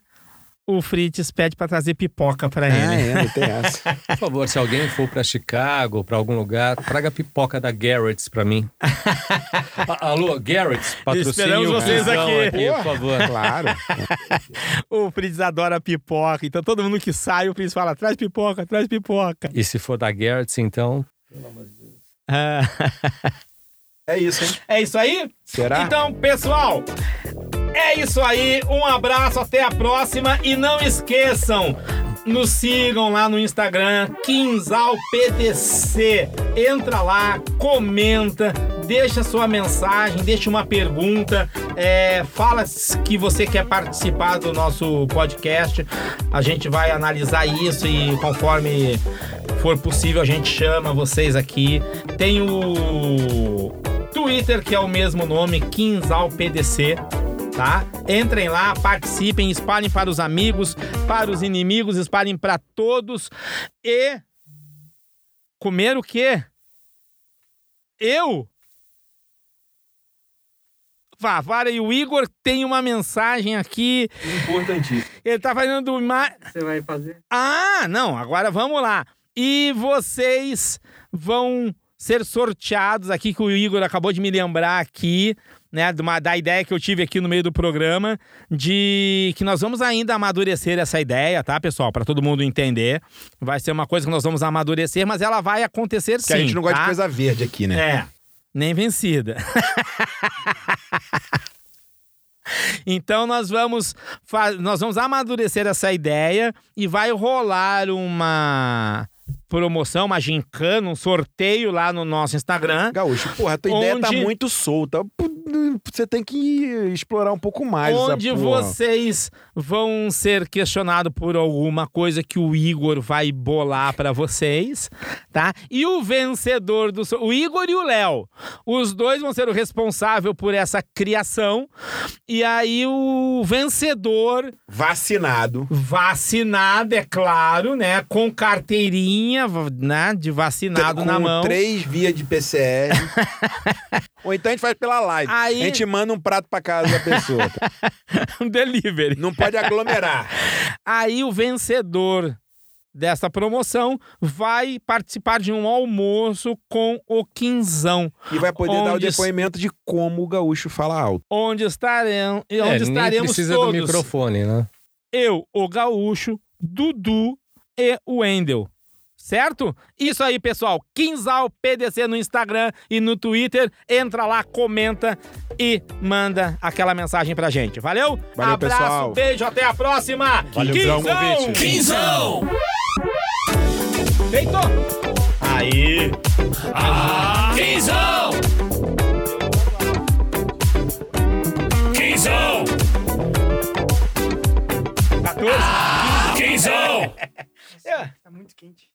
A: o Fritz pede pra trazer pipoca pra
B: Ah,
A: ele.
B: é, não tem essa.
C: Por favor, se alguém for pra Chicago, pra algum lugar, traga pipoca da Garrett's pra mim. A- Alô, Garrett's, patrocina
A: Esperamos vocês aqui.
C: por favor.
B: Claro.
A: O Fritz adora pipoca, então todo mundo que sai, o Fritz fala: traz pipoca, traz pipoca.
C: E se for da Garrett's, então,
A: Ah.
B: É isso, hein?
A: É isso aí?
B: Será?
A: Então, pessoal, é isso aí. Um abraço, até a próxima. E não esqueçam, nos sigam lá no Instagram, QuinzalPTC. Entra lá, comenta, deixa sua mensagem, deixa uma pergunta, é, fala s- que você quer participar do nosso podcast. A gente vai analisar isso e conforme for possível, a gente chama vocês aqui. Tem o Twitter, que é o mesmo nome, QuinzalPDC, tá? Entrem lá, participem, espalhem para os amigos, para os inimigos, espalhem para todos. E comer o quê? Eu? Vavara e o Igor tem uma mensagem aqui.
B: Importantíssimo.
A: Ele tá fazendo do ma-
L: Você vai fazer?
A: ah, não, agora vamos lá. E vocês vão ser sorteados aqui, que o Igor acabou de me lembrar aqui, né, de uma- da ideia que eu tive aqui no meio do programa, de que nós vamos ainda amadurecer essa ideia, tá, pessoal? Pra todo mundo entender. Vai ser uma coisa que nós vamos amadurecer, mas ela vai acontecer sim.
B: Que a gente não gosta de
A: tá?
B: coisa verde aqui, né?
A: É. Nem vencida. então nós vamos fa- nós vamos amadurecer essa ideia e vai rolar uma promoção, uma gincana, um sorteio lá no nosso Instagram.
B: Gaúcho, porra, a tua ideia tá
A: É. Onde-
B: muito solta. Pu- Você tem que explorar um pouco mais
A: onde
B: essa porra.
A: vocês vão ser questionados por alguma coisa que o Igor vai bolar pra vocês, tá? E o vencedor do so- o Igor e o Léo, os dois vão ser o responsável por essa criação. E aí o vencedor
B: Vacinado.
A: vacinado, é claro, né, com carteirinha, va- né, de vacinado
B: com
A: na mão.
B: três vias de PCR. Ou então a gente faz pela live.
A: Aí-
B: A gente manda um prato pra casa da pessoa. tá?
A: Um delivery.
B: Não pode aglomerar.
A: Aí o vencedor dessa promoção vai participar de um almoço com o Quinzão,
B: E vai poder dar o
A: Onde-
B: depoimento de como o gaúcho fala alto.
A: onde estaremos, onde
C: É, nem
A: estaremos
C: precisa do
A: todos.
C: microfone, né?
A: Eu, o Gaúcho, Dudu e o Wendel. Certo? Isso aí, pessoal. Quinzal PDC no Instagram e no Twitter. Entra lá, comenta e manda aquela mensagem pra gente. Valeu?
B: Valeu,
A: Abraço,
B: pessoal.
A: beijo, até a próxima.
M: Valeu pelo convite.
A: Quinzão! Feito! Aí!
M: Quinzão! Quinzão!
A: 14!
M: Quinzão!
A: É.
N: Tá muito quente.